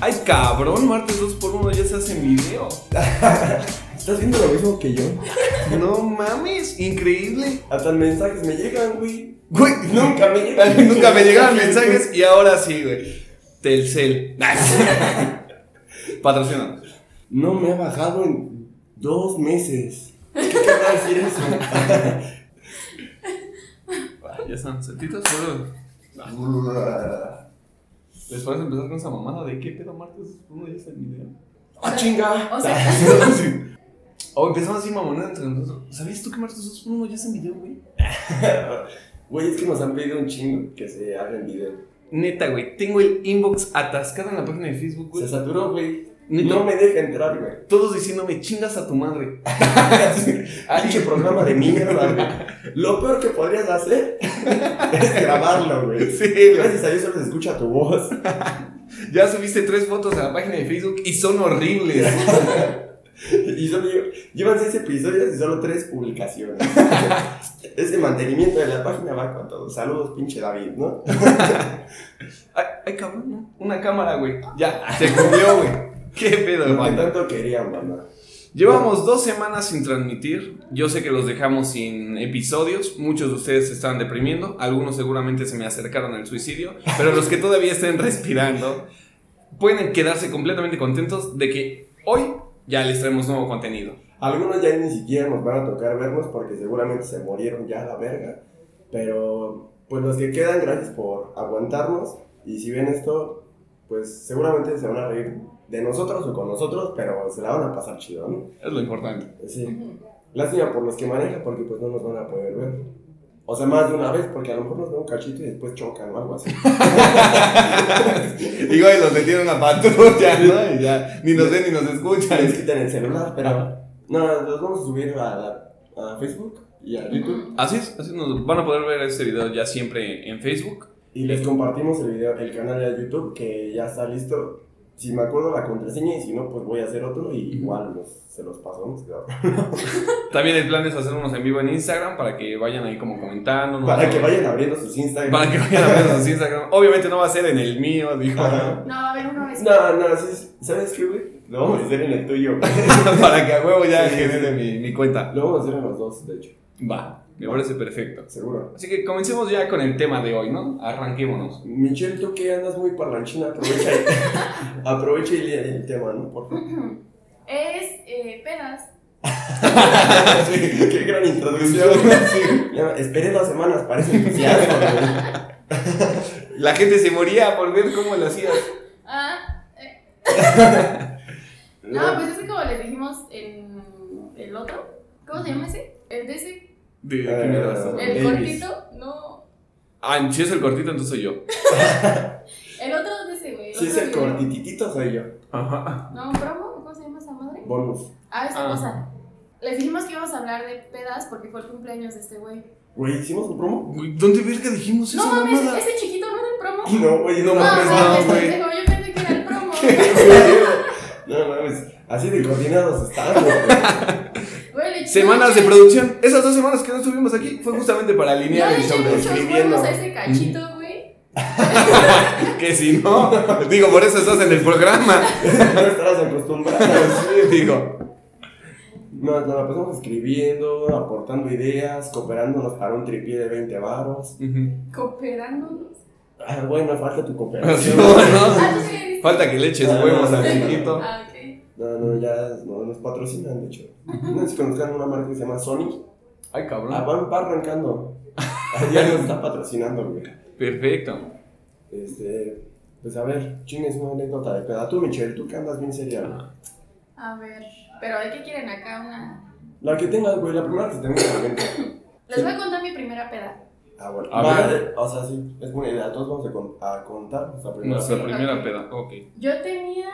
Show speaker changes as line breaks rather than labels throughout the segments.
Ay, cabrón, martes 2x1 ya se hace video.
¿Estás viendo lo mismo que yo?
No mames, increíble.
Hasta mensajes me llegan, güey. Güey, nunca me
A mí
llegan.
nunca me llegaban mensajes y ahora sí, güey. Telcel. Patrocina.
No me ha bajado en dos meses. ¿Qué querrá decir eso?
Ah, Ya están, sentitos solo. ¿Les parece empezar con esa mamada de qué pedo martes 2x1 ya es el video?
¡Ah, chinga!
O sea,
O empezamos así mamonando entre nosotros. ¿Sabías tú que martes 2x1 ya es en video, güey?
Güey, es que nos han pedido un chingo que se haga en video.
Neta, güey, tengo el inbox atascado en la página de Facebook, güey.
Se saturó, güey.
Neta,
No me deja entrar, güey.
Todos diciéndome, chingas a tu madre. Ah,
Pinche programa de mierda, güey. Lo peor que podrías hacer es grabarlo, güey.
Sí, güey.
Gracias a Dios solo se escucha tu voz.
Ya subiste tres fotos a la página de Facebook y son horribles.
Y solo lle- llevan seis episodios y solo tres publicaciones. Ese mantenimiento de la página va con todo. Saludos, pinche David, ¿no?
Ay, ay, cabrón, ¿no? una cámara, güey. Ya, se cumplió, güey. Qué pedo,
Lo que
hermano.
tanto querían, mamá.
Llevamos dos semanas sin transmitir. Yo sé que los dejamos sin episodios. Muchos de ustedes se estaban deprimiendo. Algunos seguramente se me acercaron al suicidio. Pero los que todavía estén respirando, pueden quedarse completamente contentos de que hoy ya les traemos nuevo contenido.
Algunos ya ni siquiera nos van a tocar vernos porque seguramente se murieron ya a la verga. Pero, pues los que quedan, gracias por aguantarnos. Y si ven esto, pues seguramente se van a reír de nosotros o con nosotros, pero se la van a pasar chido, ¿no?
Es lo importante.
Sí. Lástima por los que manejan porque pues no nos van a poder ver. O sea, más de una vez, porque a lo mejor nos ven un cachito y después chocan o algo así.
Y güey, los metieron a patrulla, ¿no? Y ya, ni nos ven ni nos
Les
escuchan.
quitan el celular, pero... No, los vamos a subir a, a Facebook y a YouTube.
Así es, así nos van a poder ver este video ya siempre en Facebook.
Y les compartimos el video, el canal de YouTube que ya está listo. Si me acuerdo la contraseña y si no, pues voy a hacer otro y igual los- se los pasamos, claro.
También el plan es hacernos en vivo en Instagram para que vayan ahí como comentando. ¿no?
Para que vayan abriendo sus Instagram.
Para que vayan a ver sus Instagram. Obviamente no va a ser en el mío, dijo.
Ajá.
no, va a haber uno vez.
No, no, sí, ¿sabes qué, güey? Lo vamos a hacer en el tuyo. güey.
Para que a huevo ya
Sí.
genere mi, mi cuenta.
Lo vamos a hacer en los dos, de hecho,
Va, me parece perfecto.
seguro.
Así que comencemos ya con el tema de hoy, ¿no? Arranquémonos.
Michelle, tú que andas muy parlanchina, aprovecha y, aprovecha y lee el tema, ¿no? Por favor.
Es eh, pedas.
Qué gran introducción. Ya, esperé dos semanas, parece entusiasmo, güey.
La gente se moría por ver cómo lo hacías.
Ah, eh. no, pues es que como les dijimos en el otro. ¿Cómo se llama ese? El de ese.
¿De
Eh,
qué me das?
El
Elvis.
cortito. No.
Ah, si es el cortito, entonces soy yo.
El otro de ese, güey.
Si es
otro
el
video.
cortititito, soy yo.
Ajá.
No, promo. ¿Cómo se llama esa madre?
Bonus.
Ah, esa
Ah.
cosa. Les dijimos que íbamos a hablar de pedas porque fue el cumpleaños de este güey.
Güey, ¿hicimos un promo?
Güey, ¿Dónde verga dijimos eso?
No mames,
mamada?
ese chiquito no era el promo.
No, güey, no
No
mames,
mames,
no.
no, güey.
pendejo, yo pensé que era el promo.
No mames, así de coordinados estamos, güey.
Güey, le eché-
Semanas de
le eché-
producción. Esas dos semanas que no estuvimos aquí fue justamente para
Yo
alinear
le
el
eché
show.
muchos
escribiendo.
huevos a ese cachito, güey.
Que si no, digo, por eso estás en el programa.
No estarás acostumbrados.
Sí, digo.
No, no, la pasamos escribiendo, aportando ideas, cooperándonos para un tripié de 20 varos.
Ujú.
Cooperándonos.
Ah, bueno, falta tu
Así,
cooperación.
¿no?
Ah, tú sí le diste.
Falta que le eches
Ah,
huevos
no,
al
no, no.
chiquito.
Ah, ok.
No,
Mm.
no, ya no nos patrocinan, de hecho. No sé si conozcan una marca que se llama Sony.
Ay,
Ah,
cabrón.
va, va arrancando. Ah, Ya nos está patrocinando, güey.
Perfecto.
Este, pues a ver, chingues una anécdota de peda. Tú, Michelle, tú que andas bien seria.
A ver. Pero ¿de qué quieren acá una?
La que tengas, güey, la primera que tengo en la mente.
Les voy a contar mi primera peda.
Ah, bueno.
A
Va,
ver.
eh, O sea, sí, es buena idea. Todos vamos a, con- a contar nuestra primera
Nuestra
peda.
primera peda. Ok.
Yo tenía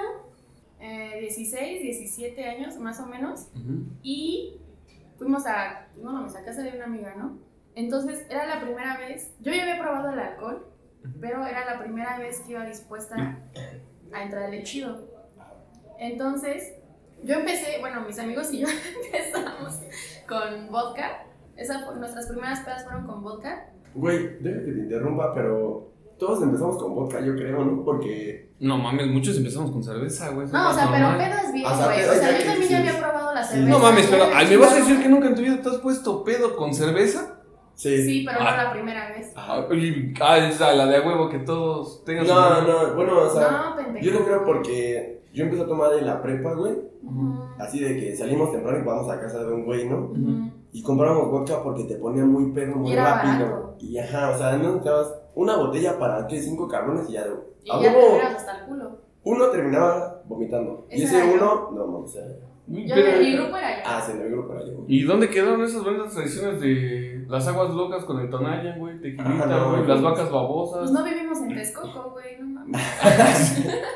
eh, 16, 17 años, más o menos.
Ujú.
Y fuimos a, no mames, a casa de una amiga, ¿no? Entonces era la primera vez, yo ya había probado el alcohol, pero era la primera vez que iba dispuesta a entrarle chido. Entonces yo empecé, bueno, mis amigos y yo empezamos con vodka. Esa, fue- nuestras primeras pedas fueron con vodka.
Güey, déjame que te interrumpa, pero Todos empezamos con vodka, yo creo, ¿no? Porque
No mames, muchos empezamos con cerveza, güey. eso
No, o
es
sea, pero
normal.
pedas bien,
O sea,
güey. O
pedas
sea,
ya
yo
que
también ya
dices-
había probado la
No
cerveza.
No mames, pero
güey,
¿me vas a
chingada.
decir que nunca en tu vida te has puesto pedo con cerveza?
sí.
Sí, pero
Ah.
no la primera vez.
Ah, y- ah, esa, la de a huevo que todos tengan su-
No, no, bueno, Ah, o sea,
No, pendejo.
yo no creo porque yo empecé a tomar de la prepa, güey.
Ujú,
Así de que salimos temprano y vamos a casa de un güey, ¿no?
ujú.
Y comprábamos vodka porque te ponía muy pedo muy
Y era
rápido.
barato.
Y ajá, o sea, no necesitabas una botella para que cinco cabrones y ya.
Y
Ah,
A
ya te
huevo,
hubieras hasta el culo.
uno terminaba vomitando. Y
Ese
ese
era yo.
uno, no, no, o sea,
Yo,
Pero-
mi grupo era yo.
ah, se me vio para allá.
¿Y dónde quedaron esas buenas tradiciones de las aguas locas con el tonalla, güey? Tequilita,
Ah, no,
güey,
no.
las vacas
Pues
babosas.
no vivimos en Texcoco, güey, no
Ah.
mames.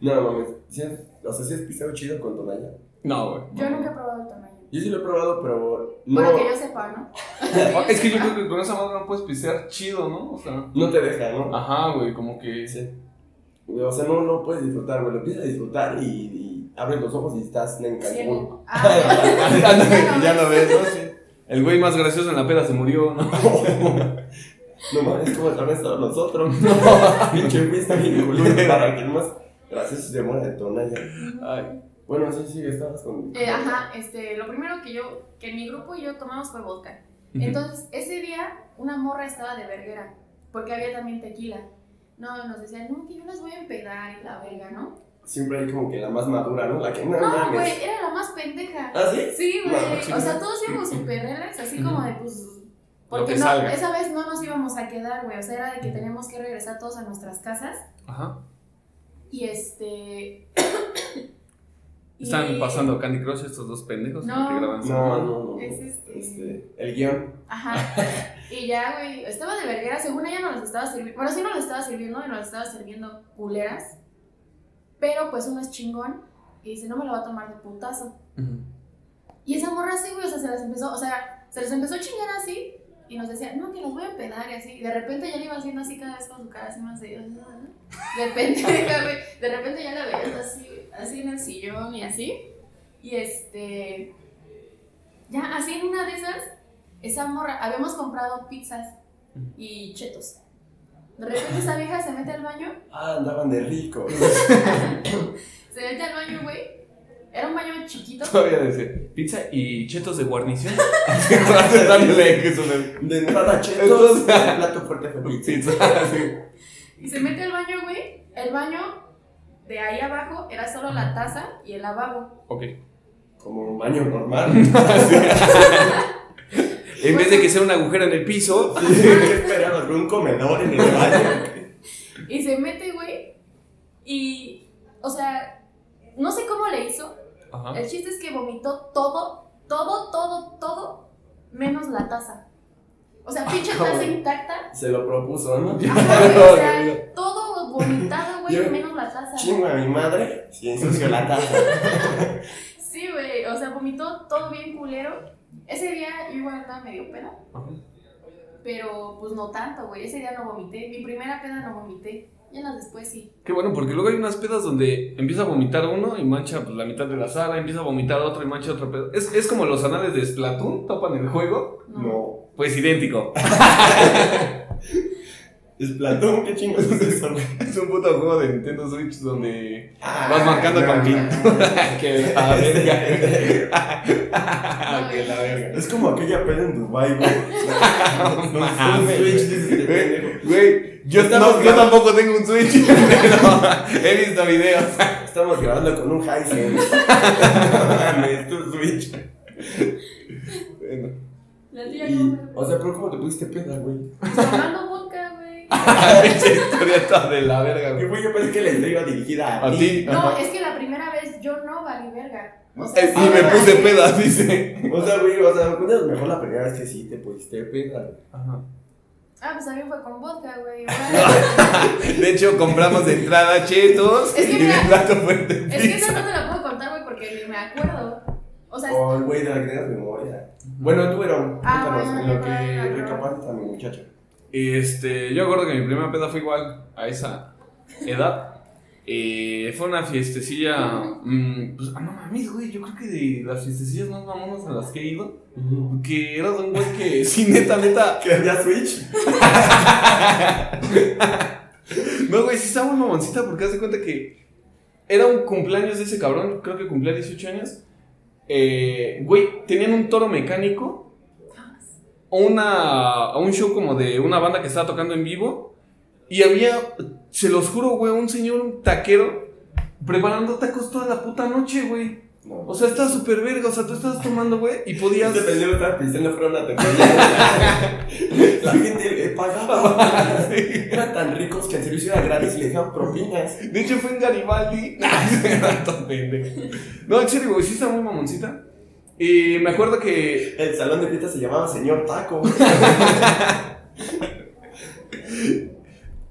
No, mames, sí, o sea, sí has pisado chido con tonalla.
No, güey.
Yo nunca he probado el tamaño.
Yo sí lo he probado, pero no,
Bueno, que yo sepa, ¿no?
Ah, Es que yo creo que con esa madre no puedes pisear chido, ¿no? O sea.
no te deja, ¿no?
Ajá, güey, como que.
Sí. O sea, no, no puedes disfrutar, güey. Lo empiezas a disfrutar y, y abres los ojos y estás en
Sí,
Cancún.
no. Ah,
ya lo ves, ¿no? Sí. El güey más gracioso en la peda se murió, ¿no?
No mames, como han estado nosotros. Pinche fiesta bien culera para que el más gracioso se muera de tonalla.
Ay.
Bueno, sí, sí, estabas con.
Eh, ajá, este, lo primero que yo, que mi grupo y yo tomamos fue vodka. Entonces, ese día, una morra estaba de verguera, porque había también tequila. No, nos decían, no, que yo las voy a empedar y la verga, ¿no?
Siempre hay como que la más madura, ¿no? La que no,
No,
mames.
Ah, güey, era la más pendeja.
¿Ah, sí?
Sí,
No,
güey.
chingada.
O sea, todos íbamos súper relax, así como de pues. Porque
que
no,
salga.
esa vez no nos íbamos a quedar, güey. O sea, era de que teníamos que regresar todos a nuestras casas.
Ajá.
Y este. y-
Están pasando Candy Crush estos dos pendejos
No.
que graban su
No, no,
mano.
no.
Es este-
Este, el guión.
Ajá. Y ya, güey, estaba de verguera, según ella no las estaba sirviendo. Bueno, sí no las estaba sirviendo y nos las estaba sirviendo culeras. Pero pues uno es chingón y dice, no me lo va a tomar de putazo.
Ujú.
Y esa morra así, güey, o sea, se las empezó, o sea, se las empezó a chingar así y nos decía, no, que las voy a empedar y así. Y de repente ya le iba haciendo así cada vez con su cara así más de. "Ah". De repente, güey, de repente ya la veías así, así en el sillón y así. Y este. Ya, así en una de esas, esa morra, habíamos comprado pizzas y chetos. De repente esa vieja se mete al baño,
Ah, andaban de rico.
se mete al baño, güey. Era un baño chiquito.
Todavía decía, pizza y chetos de guarnición. Así, dándole queso de
De entrada, chetos.
Entonces-
el plato fuerte fue pizza.
pizza. así.
Y se mete al baño, güey. El baño de ahí abajo era solo la taza y el lavabo.
Ok.
Como un baño normal.
En vez de que sea un agujero en el piso.
Esperaba algún comedor en el baño.
Y se mete, güey. Y, o sea, no sé cómo le hizo.
Ajá.
El chiste es que vomitó todo, todo, todo, todo, menos la taza. O sea, pinche taza
cabrón.
intacta.
Se lo propuso, ¿no?
Ajá, güey, o sea, todo vomitado, güey,
Yo-
menos la taza.
Chingo a mi madre si ensució la taza.
Sí, güey, o sea, vomitó todo bien culero. Ese día yo igual andaba medio peda.
Ajá.
Pero pues no tanto, güey. Ese día no vomité. Mi primera peda no vomité. Ya en las después sí.
Qué bueno, porque luego hay unas pedas donde empieza a vomitar uno y mancha pues, la mitad de la sala, empieza a vomitar otro y mancha otro pedo. Es, es como los anales de Splatoon, topan el juego.
No.
No.
Pues idéntico.
Es platón, qué chingo es eso.
Es un puto juego de Nintendo Switch donde
Vas
marcando con que la
No,
que Ah, la verga.
Es como aquella peda en Dubai, güey. No, un
mames.
switch, dices, de pendejo.
Güey, yo,
Estamos
tampoco- yo
grabando.
tampoco tengo un Switch, pero he visto videos.
Estamos grabando con un Heisen. No mames, tu switch.
Bueno.
La tía
Y,
no.
o sea, pero ¿cómo te pusiste peda, güey?
Tomando Pues, vodka, güey.
Ah, Pinche historia toda de la verga,
Y
güey.
güey, yo pensé que la entrega iba dirigida a,
A ti.
No, es que la primera vez yo no valí verga. O sea,
Eh,
sí
Y me
valí.
puse pedas, dice.
O sea, güey, o sea, ¿cuándo es mejor la primera vez que sí te pusiste peda?
Ah, pues también fue con vodka, güey.
Ah, De hecho, compramos de entrada chetos
Es que
y de
mira-
plato fuerte
es que esa
pizza.
no te la puedo contar, güey, porque ni me acuerdo. O sea,
Oh, güey, de la que tengas memoria. Bueno, tú eras.
Ah,
Cuéntanos
bueno,
en lo
yo era
que
una droga.
recapacitas a mi muchacho.
Este, yo recuerdo que mi primera peda fue igual a esa edad. Eh, fue una fiestecilla. mm, pues, ah, no mames, güey. Yo creo que de las fiestecillas más mamonas a las que he ido. Que era de un güey que, sí, neta, neta.
¿Que había Switch?
No, güey, sí estaba muy mamoncita porque haz de cuenta que era un cumpleaños de ese cabrón. Creo que cumplía 18 años. Eh, güey, tenían un toro mecánico. a una, a un show como de una banda que estaba tocando en vivo. Y había, se los juro, güey, un señor, un taquero, preparando tacos toda la puta noche, güey.
No.
O sea, estaba súper verga. O sea, tú estabas tomando, güey, y podías.
Este pendejo estaba pisteando fuera una temporada. La gente le pagaba. Eran tan ricos que el servicio era gratis y le dejaban propinas.
De hecho, fue en Garibaldi. Tanto pendejo. no, en serio, güey, sí está muy mamoncita. Y me acuerdo que
El salón de fiesta se llamaba Señor Taco.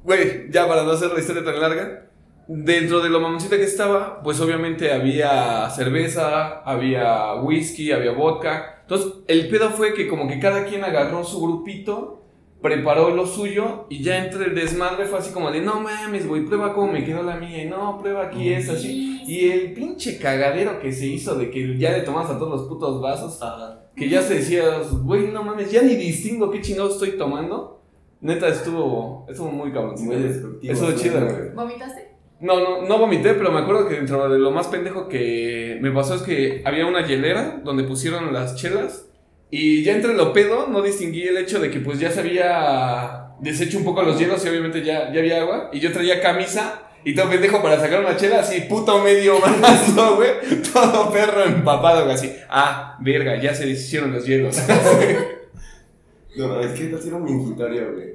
Güey, ya para no hacer la historia tan larga, dentro de lo mamoncita que estaba, pues obviamente había cerveza, había whisky, había vodka. Entonces, el pedo fue que como que cada quien agarró su grupito, preparó lo suyo y ya entre el desmadre fue así como de, no mames, güey, prueba cómo me quedó la mía y no, prueba aquí es
Mm.
así. Y el pinche cagadero que se hizo de que ya le tomabas a todos los putos vasos, que ya se decías, güey, no mames, ya ni distingo qué chingados estoy tomando. Neta, estuvo, estuvo muy cabrón.
Muy destructivo.
Eso es chido, güey.
¿Vomitaste?
No, no, no vomité, pero me acuerdo que dentro de lo más pendejo que me pasó es que había una hielera donde pusieron las chelas y ya entre lo pedo no distinguí el hecho de que pues ya se había deshecho un poco los hielos y obviamente ya, ya había agua y yo traía camisa y todo pendejo para sacar una chela así puto medio brazo, güey, todo perro empapado, güey, así, ah, verga, ya se deshicieron los hielos.
No, es que esto sí era un mingitorio, güey.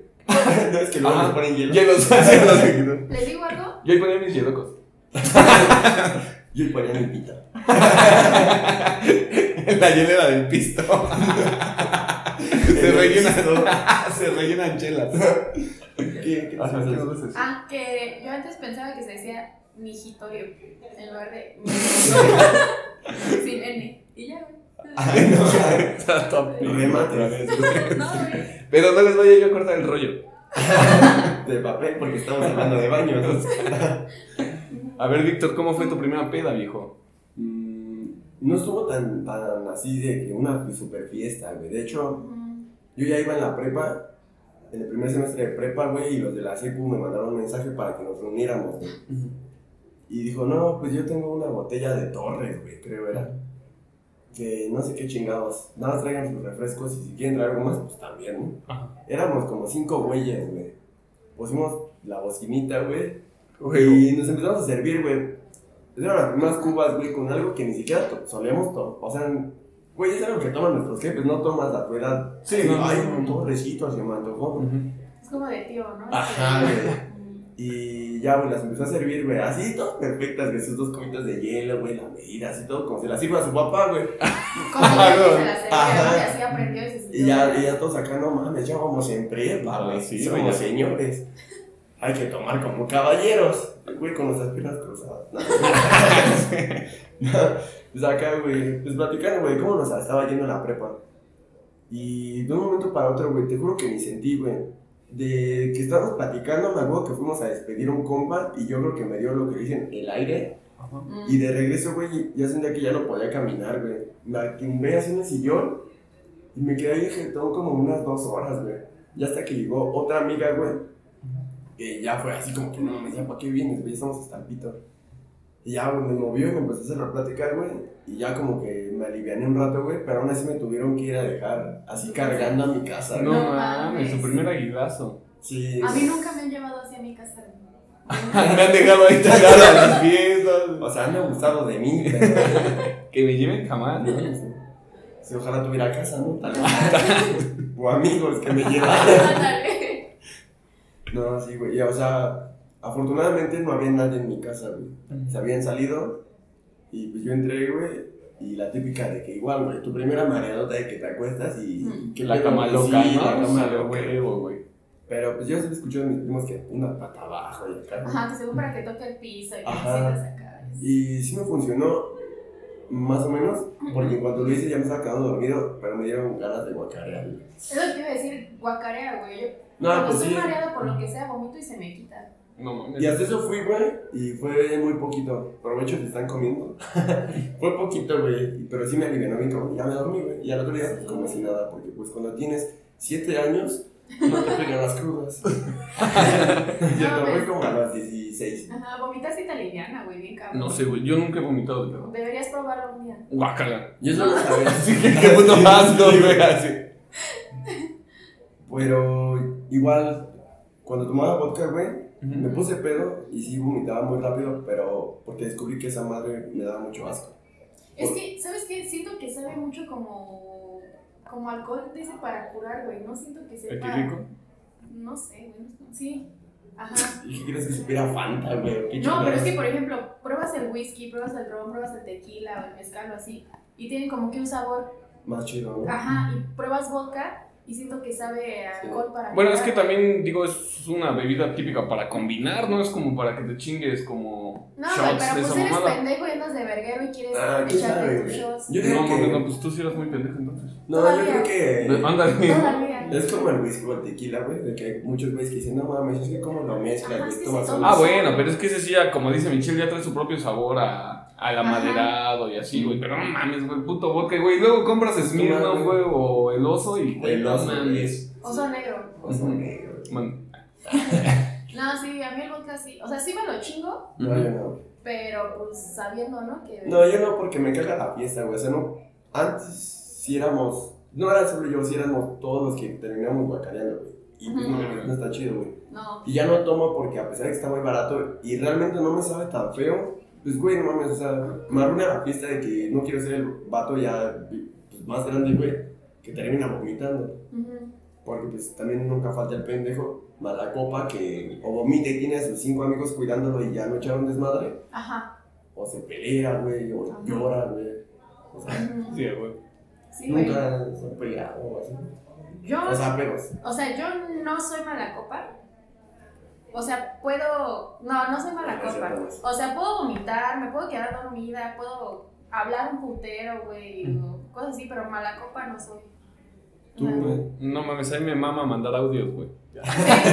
No, es que luego
Ajá.
nos ponen hielo.
hielos, hielos.
¿Les digo algo?
Yo ahí ponía mis hielocos.
Yo le ponía mi pita.
La hielera del pisto. se,
El
rellenan,
pisto.
se rellenan chelas.
¿Qué? ¿Qué
Ajá,
¿Qué
sí.
nos haces?
Ah, que yo antes pensaba que se decía mijitorio en lugar de mi- sin N. Y ya, güey.
Ah,
Ay, no, ay,
Está top.
Remate
No, güey.
Pero no les vaya yo a cortar el rollo.
de papel porque estamos hablando de baños.
A ver, Víctor, ¿cómo fue tu primera peda, viejo?
Mm, No estuvo tan, tan así de que una super fiesta, güey. De hecho,
Mm,
yo ya iba en la prepa, en el primer semestre de prepa, güey, y los de la secu me mandaron un mensaje para que nos reuniéramos, güey. Y dijo, no, pues yo tengo una botella de Torres, güey, creo era. Que no sé qué chingados. Nada más traigan sus refrescos y si quieren traer algo más, pues también, ¿no?
Ajá.
Éramos como cinco güeyes, güey. Pusimos la bocinita, güey.
Güey,
Y nos empezamos a servir, güey. Eran las primeras cubas, güey, con algo que ni siquiera to- solemos tomar. O sea, güey, es algo que toman nuestros jefes, no tomas a tu edad.
Sí,
Ay,
no,
ay,
no,
un
no.
torrecito se me antojó.
Es como de tío, ¿no?
Ajá, güey.
Mm.
Y ya, güey, las empezó a servir, güey, así, todas perfectas, güey, sus dos copitas de hielo, güey, la medida, así, todo como se la sirve a su papá, güey.
Como que
Ajá,
se la servía, ¿no?
ajá.
Y así aprendió y se sintió.
Y ya, y ya todos acá, no mames, ya vamos en prepa,
Ah,
güey,
sí,
somos
güey, ya.
señores. Hay que tomar como caballeros, güey, con nuestras piernas cruzadas. No. pues acá, güey, pues platicando, güey, cómo nos estaba yendo la prepa. Y de un momento para otro, güey, te juro que ni sentí, güey. De que estábamos platicando, me acuerdo que fuimos a despedir a un compa y yo creo que me dio lo que dicen el aire.
Mm.
Y de regreso, güey, ya sentía que ya no podía caminar, güey. Me tumbé así en el sillón y me quedé ahí jetón como unas dos horas, güey. Y hasta que llegó otra amiga, güey, que ya fue así como que no, me decía, ¿para qué vienes, güey? Ya Estamos hasta el pito. Y ya, güey, me movió y me empezó a hacer la platicar, güey. Y ya como que me aliviané un rato, güey, pero aún así me tuvieron que ir a dejar, así cargando a mi casa,
No
güey.
No
mames,
mames.
su primer aguilazo.
Sí.
A mí nunca me han llevado así a mi casa.
me han dejado ahí tirado a las fiestas.
O sea, han abusado de mí, pero...
Que me lleven jamás.
No, no sé. Sí, ojalá tuviera casa, ¿no? Tal vez. o amigos que me llevan.
Ándale.
No, sí, güey. ya, O sea, afortunadamente no había nadie en mi casa, güey. Se habían salido y pues yo entré, güey. Y la típica de que igual, güey, tu primera mareadota de que te acuestas y...
Mm.
que
La cama loca,
Sí,
¿no?
la cama
O sea,
loca.
huevo, güey.
Pero pues yo siempre escuché de mis primos que una pata abajo y acá.
Ajá, que según para que toque el piso y que
Ajá.
se las acá.
Y sí me funcionó, más o menos, porque en cuanto lo hice ya me estaba quedando dormido, pero me dieron ganas de guacarear, güey.
Es lo que te iba a decir, guacarea, güey. Yo
No,
cuando
pues
estoy
sí.
mareada por lo que sea, vomito y se me quita.
No mames.
Y hasta eso fui, güey, y fue muy poquito. Aprovecho que están comiendo. fue poquito, güey, y- pero sí me alivianó bien, como ya me dormí, güey. Y al otro día, pues, como si nada, porque pues cuando tienes 7 años, no te pegan las crudas. Yo
No,
tomé
pues.
como a las 16.
Ajá, vomitas italiana, güey, bien cabrón.
No sé, güey. Yo nunca he vomitado, de verdad.
Deberías probarlo un día.
Guácala.
Yo solo sabía.
Así que qué puto asco, güey. Así.
Pero igual, cuando tomaba vodka, güey, me
Ujú.
puse pedo y sí vomitaba muy rápido, pero porque descubrí que esa madre me daba mucho asco.
Es que, ¿sabes qué? Siento que sabe mucho como. Como alcohol, dice para curar, güey. No siento que
Aquí
sepa.
rico.
No sé, güey. no sé. Sí. Ajá.
¿Y qué crees que supiera Fanta, güey? ¿Qué
No, pero es
chingados?
que, por ejemplo, pruebas el whisky, pruebas el ron, pruebas el tequila o el mezcal o así. Y tienen como que Ah, un sabor.
Más chido, ¿no?
Ajá. Y pruebas vodka y siento que sabe a
Sí.
alcohol para
Bueno, es
curar.
que también, digo, es una bebida típica para combinar, no es como para que te chingues como
No, güey,
shots
pero
de
pues
esa
eres
mamada.
pendejo y andas de verguero y quieres
Ah, ¿qué sabe,
echarte tus
güey?
shots.
Yo creo
No,
que...
mames, no, pues tú sí eras muy pendejo entonces.
No, yo creo
Eh,
que...
Ándale.
Todavía.
Es como el whisky o el tequila, güey, de que hay muchos güeyes que dicen, no mames, es que como lo mezclan,
Ajá,
güey,
es que
tomas
se
solo".
toma-
Ah, bueno, pero es que ese sí, ya, como dice Michelle, ya trae su propio sabor a, al amaderado y así, güey. Pero no mames, güey, puto vodka, güey. Luego compras Smirnoff, güey, o el oso y, güey,
El
no
oso,
mames.
Oso negro.
Oso
Ujú.
negro.
Man,
No, sí, a mí el vodka sí. O sea, sí me lo chingo,
No, yo no.
pero pues sabiendo, ¿no? Que...
No, yo no, porque me caga la fiesta, güey. O sea, no... Antes sí éramos... No era solo yo, sí éramos todos los que terminamos guacareando, güey. Y pues, no, no está chido, güey.
No.
Y ya no tomo porque a pesar de que está muy barato y realmente no me sabe tan feo, pues güey, no mames, o sea, me arruina la fiesta de que no quiero ser el vato ya pues, más grande, güey, que termina vomitando.
Ujú.
Porque pues también nunca falta el pendejo, mala copa, que o vomita y tiene a sus cinco amigos cuidándolo y ya no echaron desmadre,
Ajá.
o se pelea, güey, o
Ajá.
llora, güey. O sea,
Ujú.
sí, güey.
Sí, güey.
nunca se han peleado o así.
Yo,
O sea, pero...
o sea, yo no soy mala copa. O sea, puedo. No, no soy mala
Gracias,
copa.
Tomás.
O sea, puedo vomitar, me puedo quedar dormida, puedo hablar un putero, güey, o cosas así, pero mala copa no soy.
Tú,
Ajá.
güey.
No mames, ahí me mama mandar audios, güey.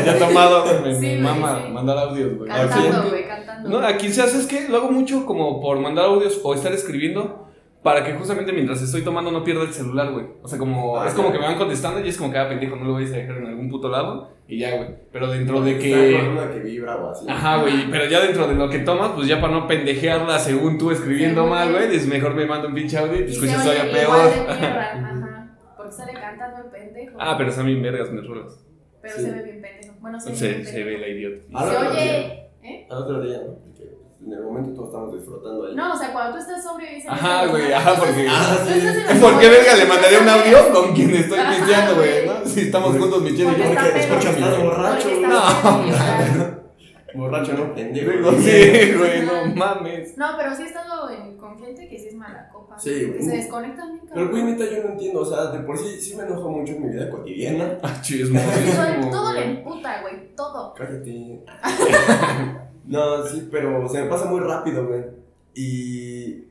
Ya tomado, güey, me,
Sí,
me
güey,
mama
sí.
mandar audios, güey.
Cantando,
Aquí-
güey, cantando.
No, aquí se hace es que lo hago mucho como por mandar audios o estar escribiendo para que justamente mientras estoy tomando no pierda el celular, güey. O sea, como
Ah,
es como
ya.
que me van contestando y es como que ah, pendejo, no lo vais a dejar en algún puto lado y ya, güey. Pero dentro de
Está
que
con una que vibra o así.
Ajá, güey, pero ya dentro de lo que tomas, pues ya para no pendejearla según tú escribiendo
Según
mal,
tú.
güey, es mejor me manda un pinche audio y te
Y
escuchas
se oye
todavía
igual
pues, peor.
de mierda, Ajá. Porque sale cantando el pendejo.
Ah, pero están bien vergas mis rolas.
Pero
Sí.
se ve bien pendejo. Bueno, se ve bien
Se,
pendejo.
se ve la idiota.
Ah,
Ah, Se
no,
oye. ¿Eh?
Al otro día, ¿no? Porque en el momento todos estamos disfrutando ahí.
No, o sea, cuando tú estás sobrio y dices.
Ajá,
"No,
güey,
no,
ajá,
tú
porque-
estás-
Ah,
tú
sí.
estás en el
¿Por qué verga le
momento,
mandaría un
estás
audio
sobrio?
con quien estoy
Ajá,
pisteando, güey?
güey.
¿no? Si estamos juntos, Michelle y yo.
Porque está
Porque
pedo.
escuchas, estás borracho,
Porque
güey.
estás
No.
sobrio, ajá.
Borracho, no, pendejo.
Digo, sí, güey, no mames.
No, pero sí he estado en- con gente que sí es mala copa.
Sí, güey.
Que se desconectan bien,
Pero, güey,
cabrón.
neta, yo no entiendo. O sea, de por sí, sí me enojo mucho en mi vida cotidiana.
Ah, chismo.
Todo- Todo le emputa, güey. Todo.
Cállate. no, sí, pero se me pasa muy rápido, güey. Y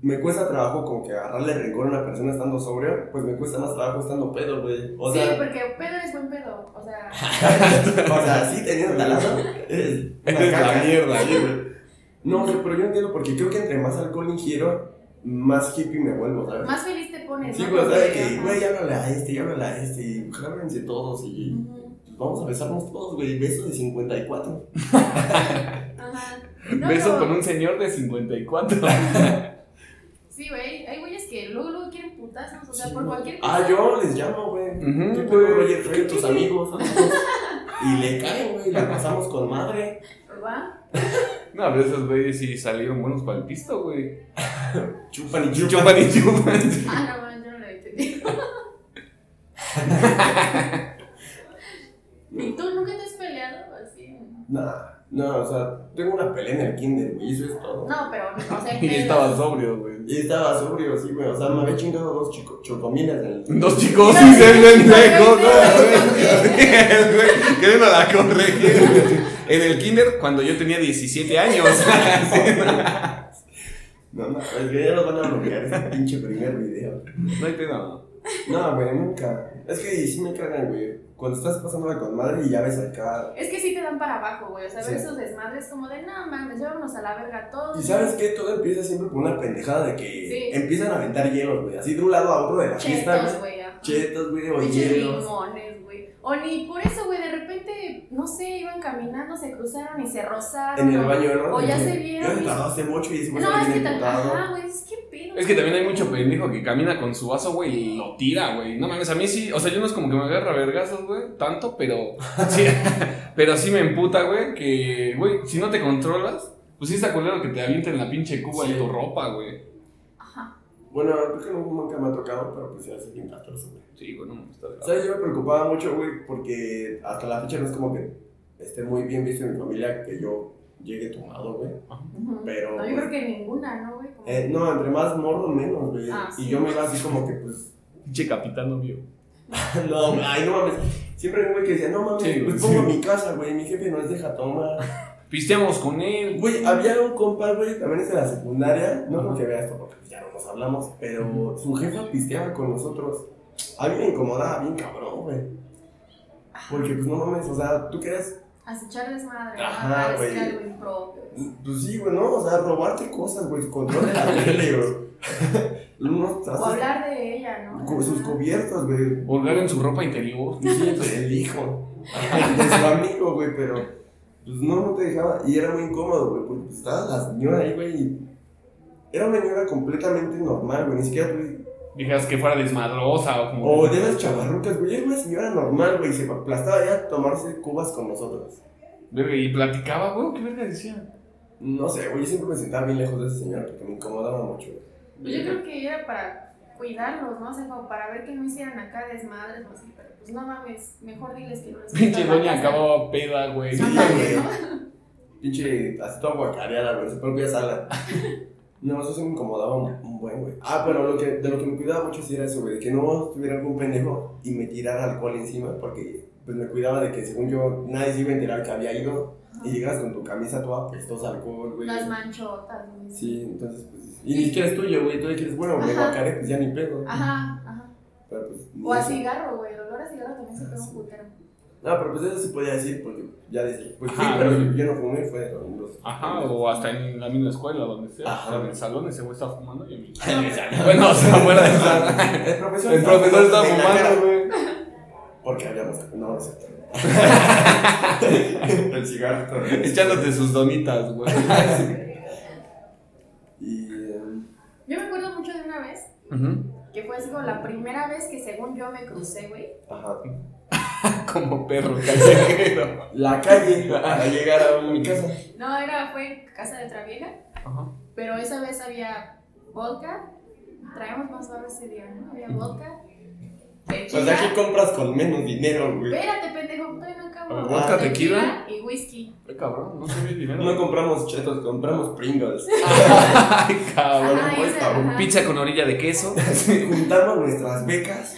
me cuesta trabajo como que agarrarle rencor a una persona estando sobrio. Pues me cuesta más trabajo estando pedo, güey. O
sí,
sea,
porque pedo es buen pedo. O sea.
O sea, sí teniendo talazo. Eres una
Eres la
caca.
mierda.
Sí, güey. No, o sea, pero yo entiendo porque creo que entre más alcohol ingiero, más hippie me vuelvo, ¿sabes?
Más feliz te pones,
Sí,
¿no?
güey, o sea, de
Porque,
que,
ajá.
güey, háblale a este, y háblale a este, y jábrense todos, y
Ujú.
pues, vamos a besarnos todos, güey, beso de 54.
Ajá. No,
Beso
pero-
con un señor de 54.
Sí, güey, hay güeyes que luego, luego quieren putazos, o sea,
Sí,
por
güey.
cualquier cosa.
Ah, yo les llamo, güey.
Ujú,
¿Qué
güey.
pedo, Roger? Soy tus amigos. Y le caen, güey, la pasamos con madre.
¿Va?
No, pero esos güeyes sí salieron buenos para el pisto, güey.
Chupan y
Chupan y chupan.
Ah, no, man, yo no lo entendí. ¿Y tú nunca te has peleado así?
Nah, no, o sea, tengo una pelea en el kinder, güey, eso es todo.
No, pero, o sea,
Y
pedo.
estaba sobrio, güey.
Y estaba sobrio, sí, güey. O sea, me había chingado dos chico, chocominas en el.
Dos chicos y se ven lejos, ¿no? El güey Que no la corre. En el kinder, cuando yo tenía 17 años.
No, no, es que ya nos van a bloquear ese pinche primer video.
No hay pena.
No, güey, nunca. Es que sí me cagan, güey. cuando estás pasándola con madre y ya ves acá.
Es que sí te dan para abajo, güey. O sea, ver
Sí.
esos desmadres como de, no mames, llévanos a la verga todos.
Y sabes que todo empieza siempre por una pendejada de que
Sí.
empiezan a aventar hielos, güey. Así de un lado a otro de la fiesta,
Chetos,
güey.
güey. ajá.
Chetos, güey, o
Pinches
hielos.
limones, güey. O ni por eso, güey, de repente, no sé, iban caminando, se cruzaron y se rozaron.
En el baño, ¿no?
O ya
De
se
que,
vieron. y-
Ya pues, tardaste mucho y después
No, es que
viene
también.
emputado.
Ajá, güey, es que pedo.
Es que también hay mucho pendejo que camina con su vaso, güey, y lo tira, güey. No mames, a mí sí, o sea, yo no es como que me agarra vergazos, güey, tanto, pero sí, pero sí me emputa, güey, que, güey, si no te controlas, pues sí está culero que te avienten la pinche cuba
Sí.
en tu ropa, güey.
Ajá.
Bueno, creo que no, nunca me ha tocado, pero pues ya hace bien castroso, güey.
Sí, güey, no me gusta. ¿verdad?
¿Sabes? Yo me preocupaba mucho, güey, porque hasta la fecha no es como que esté muy bien visto en mi familia que yo llegue tomado, güey.
Ujú.
Pero,
No, yo
pues-
creo que ninguna, ¿no, güey? Como-
Eh, no, entre más morro, menos, güey.
Ah,
y
sí.
yo me iba así como que, pues,
Pinche capitán, no mío.
no, ay, no mames. Siempre hay un güey que decía, no mames,
Sí, güey,
pues pongo
sí.
mi casa, güey, mi jefe no les deja tomar.
Pisteamos con él.
Güey, había un compa, güey, también es de la secundaria. No creo que vea esto porque pues, ya no nos hablamos, pero su jefa pisteaba con nosotros. A mí me incomodaba bien cabrón, güey.
Ah.
Porque, pues, no mames, o sea, tú querías,
Acechar desmadre.
Ajá,
Ajá, decir
güey.
algo impropio.
pues sí, güey, ¿no? O sea, robarte cosas, güey, control de la tele, güey. Unos
O
trazos,
hablar de ella, ¿no?
con sus
Ajá.
cubiertos, güey.
Hurgar en su ropa interior.
Sí, pues, el hijo de su amigo, güey, pero pues no, no te dejaba. Y era muy incómodo, güey, porque pues, estaba la señora ahí, güey. y Era una señora completamente normal, güey, ni siquiera güey.
Dijeras que fuera desmadrosa o como.
O de esas chavarrucas, güey, era una señora normal, güey, y se aplastaba ya a tomarse cubas con nosotros.
Verga, y platicaba, güey, qué verga decía.
No sé, güey, yo siempre me sentaba bien lejos de esa señora porque me incomodaba mucho, güey.
Pues yo creo que era para cuidarlos, ¿no? O sea, como para ver que no hicieran acá desmadres o así, pero pues no mames, mejor diles que no les gusta
Pinche
la
doña
casa.
acababa peda, güey.
Sí,
Ajá,
güey.
¿no?
Pinche, así toda guacareada, güey, su propia sala. No, eso sí me incomodaba un, un buen, güey. Ah, pero lo que, de lo que me cuidaba mucho sí era eso, güey, de que no tuviera algún pendejo y me tirara alcohol encima, porque pues me cuidaba de que según yo nadie se iba a enterar que había ido y llegas con tu camisa toda apestosa a alcohol, güey.
Las manchotas, güey.
Sí, entonces, pues. Y ni siquiera es tuyo, güey, tú dices, bueno, me
Ajá.
guacaré, pues ya ni pedo.
Ajá, ajá.
Pero pues. ni
O a
eso.
cigarro, güey. El olor a cigarro también se
Ah,
pega un
sí.
putero.
No, pero pues eso sí podía decir, porque ya decía, pues sí,
Ajá,
pero
güey.
yo no fumé, fue de pues, los.
Ajá, o hasta en la misma escuela, donde sea.
Ajá.
O sea, en el salón ese güey está fumando y a mí.
Bueno, o sea, fuera de
plan.
El profesor,
El profesor está
en la cara,
fumando, güey.
Porque habíamos. No, no es cierto. El cigarro. todo eso.
Echándote sus donitas, güey.
Y. em,
Yo me acuerdo mucho de una vez que fue así como la primera vez que según yo me crucé, güey.
ajá.
Como perro callejero.
La calle para llegar a mi casa.
No, era, fue en casa de otra vieja,
Ajá.
pero esa vez había vodka. Traíamos más barro ese día, ¿no? Había vodka.
Pues
Tequila.
aquí compras con menos dinero, güey.
Espérate, pendejo, todavía no acabo.
Ah, ¿vodka,
Y whisky.
Ay, cabrón, no se ve dinero.
No compramos chetos, compramos Pringles.
Ay, cabrón.
Ajá,
pues,
esa,
un
ajá.
Pizza con orilla de queso.
Juntamos nuestras becas.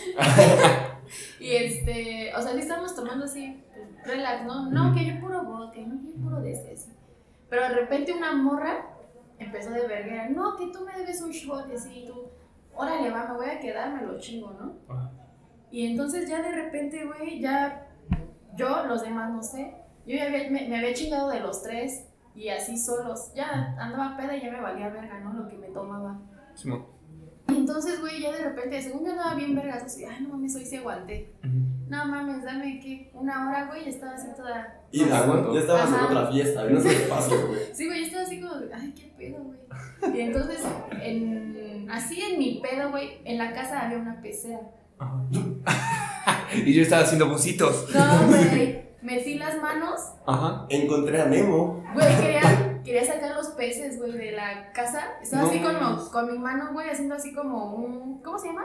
Y este, o sea, sí estábamos tomando así, relax, ¿no? No, que yo puro vodka, no, que yo puro de ese, ese. Pero de repente una morra empezó de verguera, no, que tú me debes un shot, y así, y tú, órale, va, me voy a quedar, me lo chingo, ¿no?
Ajá.
Y entonces ya de repente, güey, ya yo, los demás, no sé, yo ya había- me, me había chingado de los tres y así solos, ya andaba peda y ya me valía verga, ¿no? Lo que me tomaba.
Simón.
Y entonces, güey, ya de repente, según yo andaba bien vergas, así, ay, no mames, hoy sí aguanté. No mames, dame que una hora, güey, y estaba así toda.
Y la
Aguanto.
ya estabas en
Ajá.
otra fiesta, güey, no se te pasa, güey.
Sí, güey, estaba así como, de, ay, qué pedo, güey. Y entonces, en, así en mi pedo, güey, en la casa había una pecera.
Y yo estaba haciendo bucitos.
No, güey, metí las manos,
Ajá.
Encontré a Nemo.
güey, quería, quería sacar los peces, güey, de la casa. Estaba
No
así
mames.
como, con mi mano, güey, haciendo así como un, ¿cómo se llama?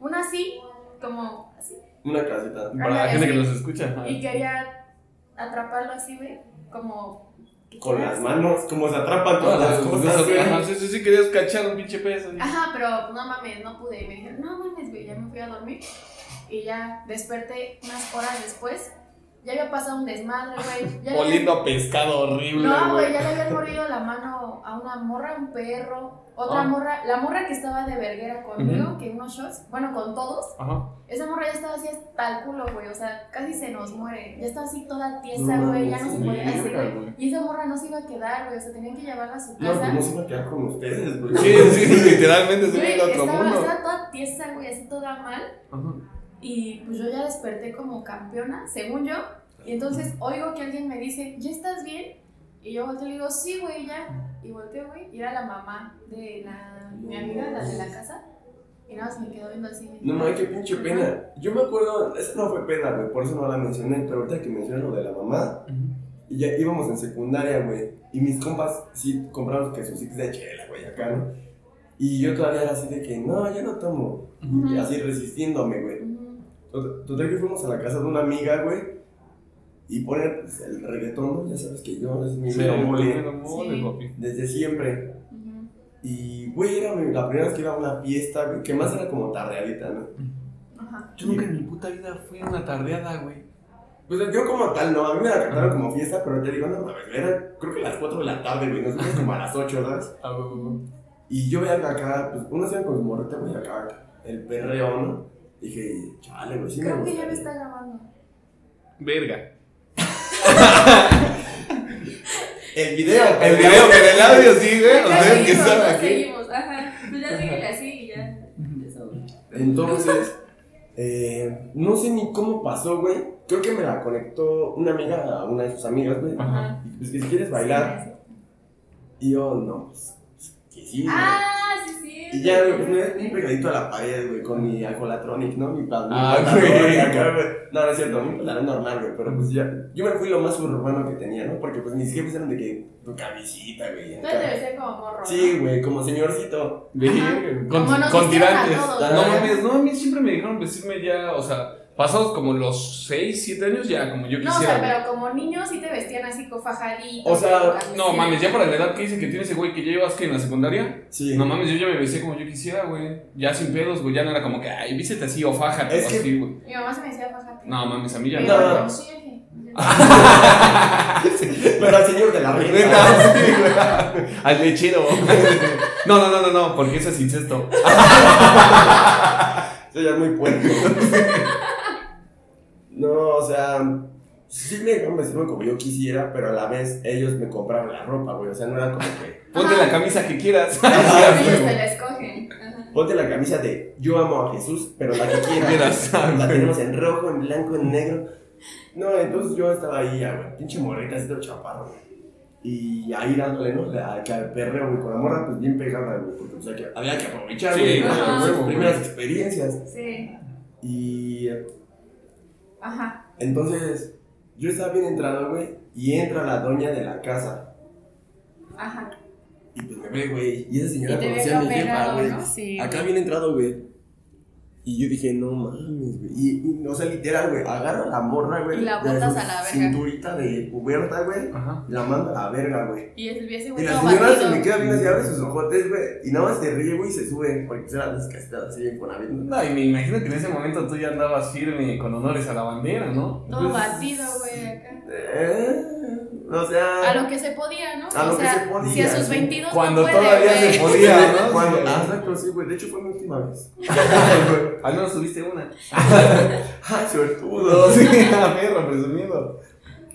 Un así, como así.
Una casita.
Para la gente que nos escucha. ajá.
Y quería atraparlo así, güey, como...
Con las manos, como se atrapan todas las cosas, güey.
Ajá, sí, sí, sí, querías cachar un pinche peso.
Ajá, pero no mames, no pude. Y me dijeron, no mames, güey, ya me fui a dormir. Y ya desperté unas horas después Ya había pasado un desmadre, güey. Ya le habían-
Oliendo a pescado horrible, güey.
No, güey, ya le habían mordido la mano a una morra, un perro, otra
Ah.
morra, la morra que estaba de verguera conmigo, que unos shots, bueno, con todos,
Ajá.
esa morra ya estaba así hasta el culo, güey, o sea, casi se nos muere, ya estaba así toda tiesa,
No
güey, ya
mames,
no se podía
verga,
hacer,
güey.
güey. Y esa morra no se iba a quedar, güey, o sea, tenían que llevarla a su
No,
casa.
pues no se iba a quedar con ustedes, güey.
Sí, sí, literalmente se
Güey,
viene otro
estaba,
mundo.
estaba toda tiesa, güey, así toda mal.
Ajá.
Y pues yo ya desperté como campeona, según yo. Y entonces oigo que alguien me dice, ¿ya estás bien? Y yo volteo y le digo, sí, güey, ya. Y volteo, güey, y era la mamá de la, mi amiga, la de la casa. Y nada más me quedó viendo así.
No mames, qué pinche pena. Yo me acuerdo, esa no fue pena, güey, por eso no la mencioné, pero ahorita que mencioné lo de la mamá, y ya íbamos en secundaria, güey, y mis compas sí compraron que sus six de chela, güey, acá, ¿no? Y yo todavía era así de que, no, yo no tomo, y
Ujú.
así resistiéndome, güey.
Ujú.
Tot- Total que fuimos a la casa de una amiga, güey, y poner pues, el reggaetón, ¿no? ya sabes que yo es mi
Sí,
mero mole,
mero mole,
Sí.
papi.
desde siempre.
Ujú.
Y, güey, era mi- la primera vez que iba a una fiesta, güey, que más era como tardeadita, ¿no?
Ajá.
Yo nunca en mi puta vida fui a una tardeada, güey.
Pues yo como tal, no, a mí me la cantaron como fiesta, pero te digo, no mames, era creo que las 4 de la tarde, güey, nos fuimos como a las 8, ¿sabes?
A huevo.
Y yo veía acá, pues uno se iba con su morrita, güey, acá, el perreo, ¿no? Dije, chale, güey, sí me
Creo que
gusta,
ya me
güey.
está grabando.
Verga.
El video,
El video con el audio, sí, güey. O
Ya
sea, que
seguimos,
está
ya
aquí.
seguimos, ajá. Pues ya síguele así y ya. Eso, güey.
Entonces, eh, no sé ni cómo pasó, güey. Creo que me la conectó una amiga a una de sus amigas, güey.
Ajá.
Y pues que si quieres bailar. Y yo, no, pues, que sí, güey.
Ah, sí, sí.
Y ya, güey, pues me dejé un pegadito a la pared, güey, con mi alcoholatronic, ¿no? Mi pan. mi
Ah,
pantalón,
güey.
acá, güey. No, no es cierto, mi pantalón normal, güey, pero pues ya. Yo me fui lo más urbano que tenía, ¿no? Porque pues mis jefes eran de que tu camisita, güey.
Tú
acá.
te vestías como morro.
Sí, güey, como señorcito.
Verga. Con,
Como nos
con
vistieron a
tirantes.
todos,
No
¿verdad?
mames, no, a mí siempre me dijeron vestirme ya, o sea, pasados como los 6, 7 años ya, como yo
No, o sea,
quisiera. güey.
pero como niños sí te vestían así con fajadito.
O sea,
con camiseta.
No mames, ya para la edad que dice que tiene ese güey que ya llevas que en la secundaria,
Sí.
no mames, yo ya me vestía como yo quisiera, güey. Ya sin pedos, güey, ya no era como que, ay, vístete así o fájate
Es
o
que-
así, güey.
Mi mamá se me decía fajate.
No mames, a mí ya
Pero
No, Ah, no,
no.
no.
sí, dije.
Pero al señor de la renta.
Neta, sí, güey. Al lechero. No, no, no, no, no, porque eso es incesto.
Yo ya muy puerco. no, o sea, sí me dejaron vestirme como yo quisiera, pero a la vez ellos me compraban la ropa, güey. O sea, no era como que.
Ponte la camisa que quieras.
Ah,
Ellos
güey.
te la escogen. Ajá.
Ponte la camisa de yo amo a Jesús, pero la que
Quieras,
quieras.
ah,
la
güey.
tenemos en rojo, en blanco, en negro. No, entonces yo estaba ahí, ya, güey, pinche morrita, así todo chaparro, güey. Y ahí dándole, ¿no? La, que al perreo, güey, con la morra, pues bien pegada, güey, porque pues, hay que- había que aprovechar,
Sí,
güey,
claro,
sus
huevo, güey.
primeras experiencias.
Sí.
Y
Ajá.
entonces yo estaba bien entrado, güey, y entra la doña de la casa.
Ajá.
Y pues me ve, güey, y esa señora
Y te
conocía a
veo
mi jefa,
pegado,
güey.
¿no? Sí.
Acá bien entrado, güey. Y yo dije, no mames, güey. Y, y, o sea, literal, güey, agarra la morra, güey.
Y la
de
botas
su
a la verga.
Cinturita de puberta, güey.
Ajá.
La manda a la verga, güey.
Y el ese
Y
güey
la
todo
señora se
batido.
me queda viendo así, abre sus ojotes, güey. Y nada más se ríe, güey, y se sube. Porque se la descastada así bien con la vida.
No, y me imagino que en ese momento tú ya andabas firme con honores a la bandera, ¿no? Pues,
Todo
pues,
batido, güey. acá.
Eh, o
A
sea.
lo que se podía, ¿no?
A lo
o
que
sea,
se podía,
si a sus
sí.
22 no
Cuando
puede,
todavía
güey.
se podía, ¿no?
Cuando,
Sí.
ah, exacto, sí, güey. De hecho, fue mi última vez.
Al menos subiste una.
Ay, suertudo.
Uno, sí, a perro, presumido.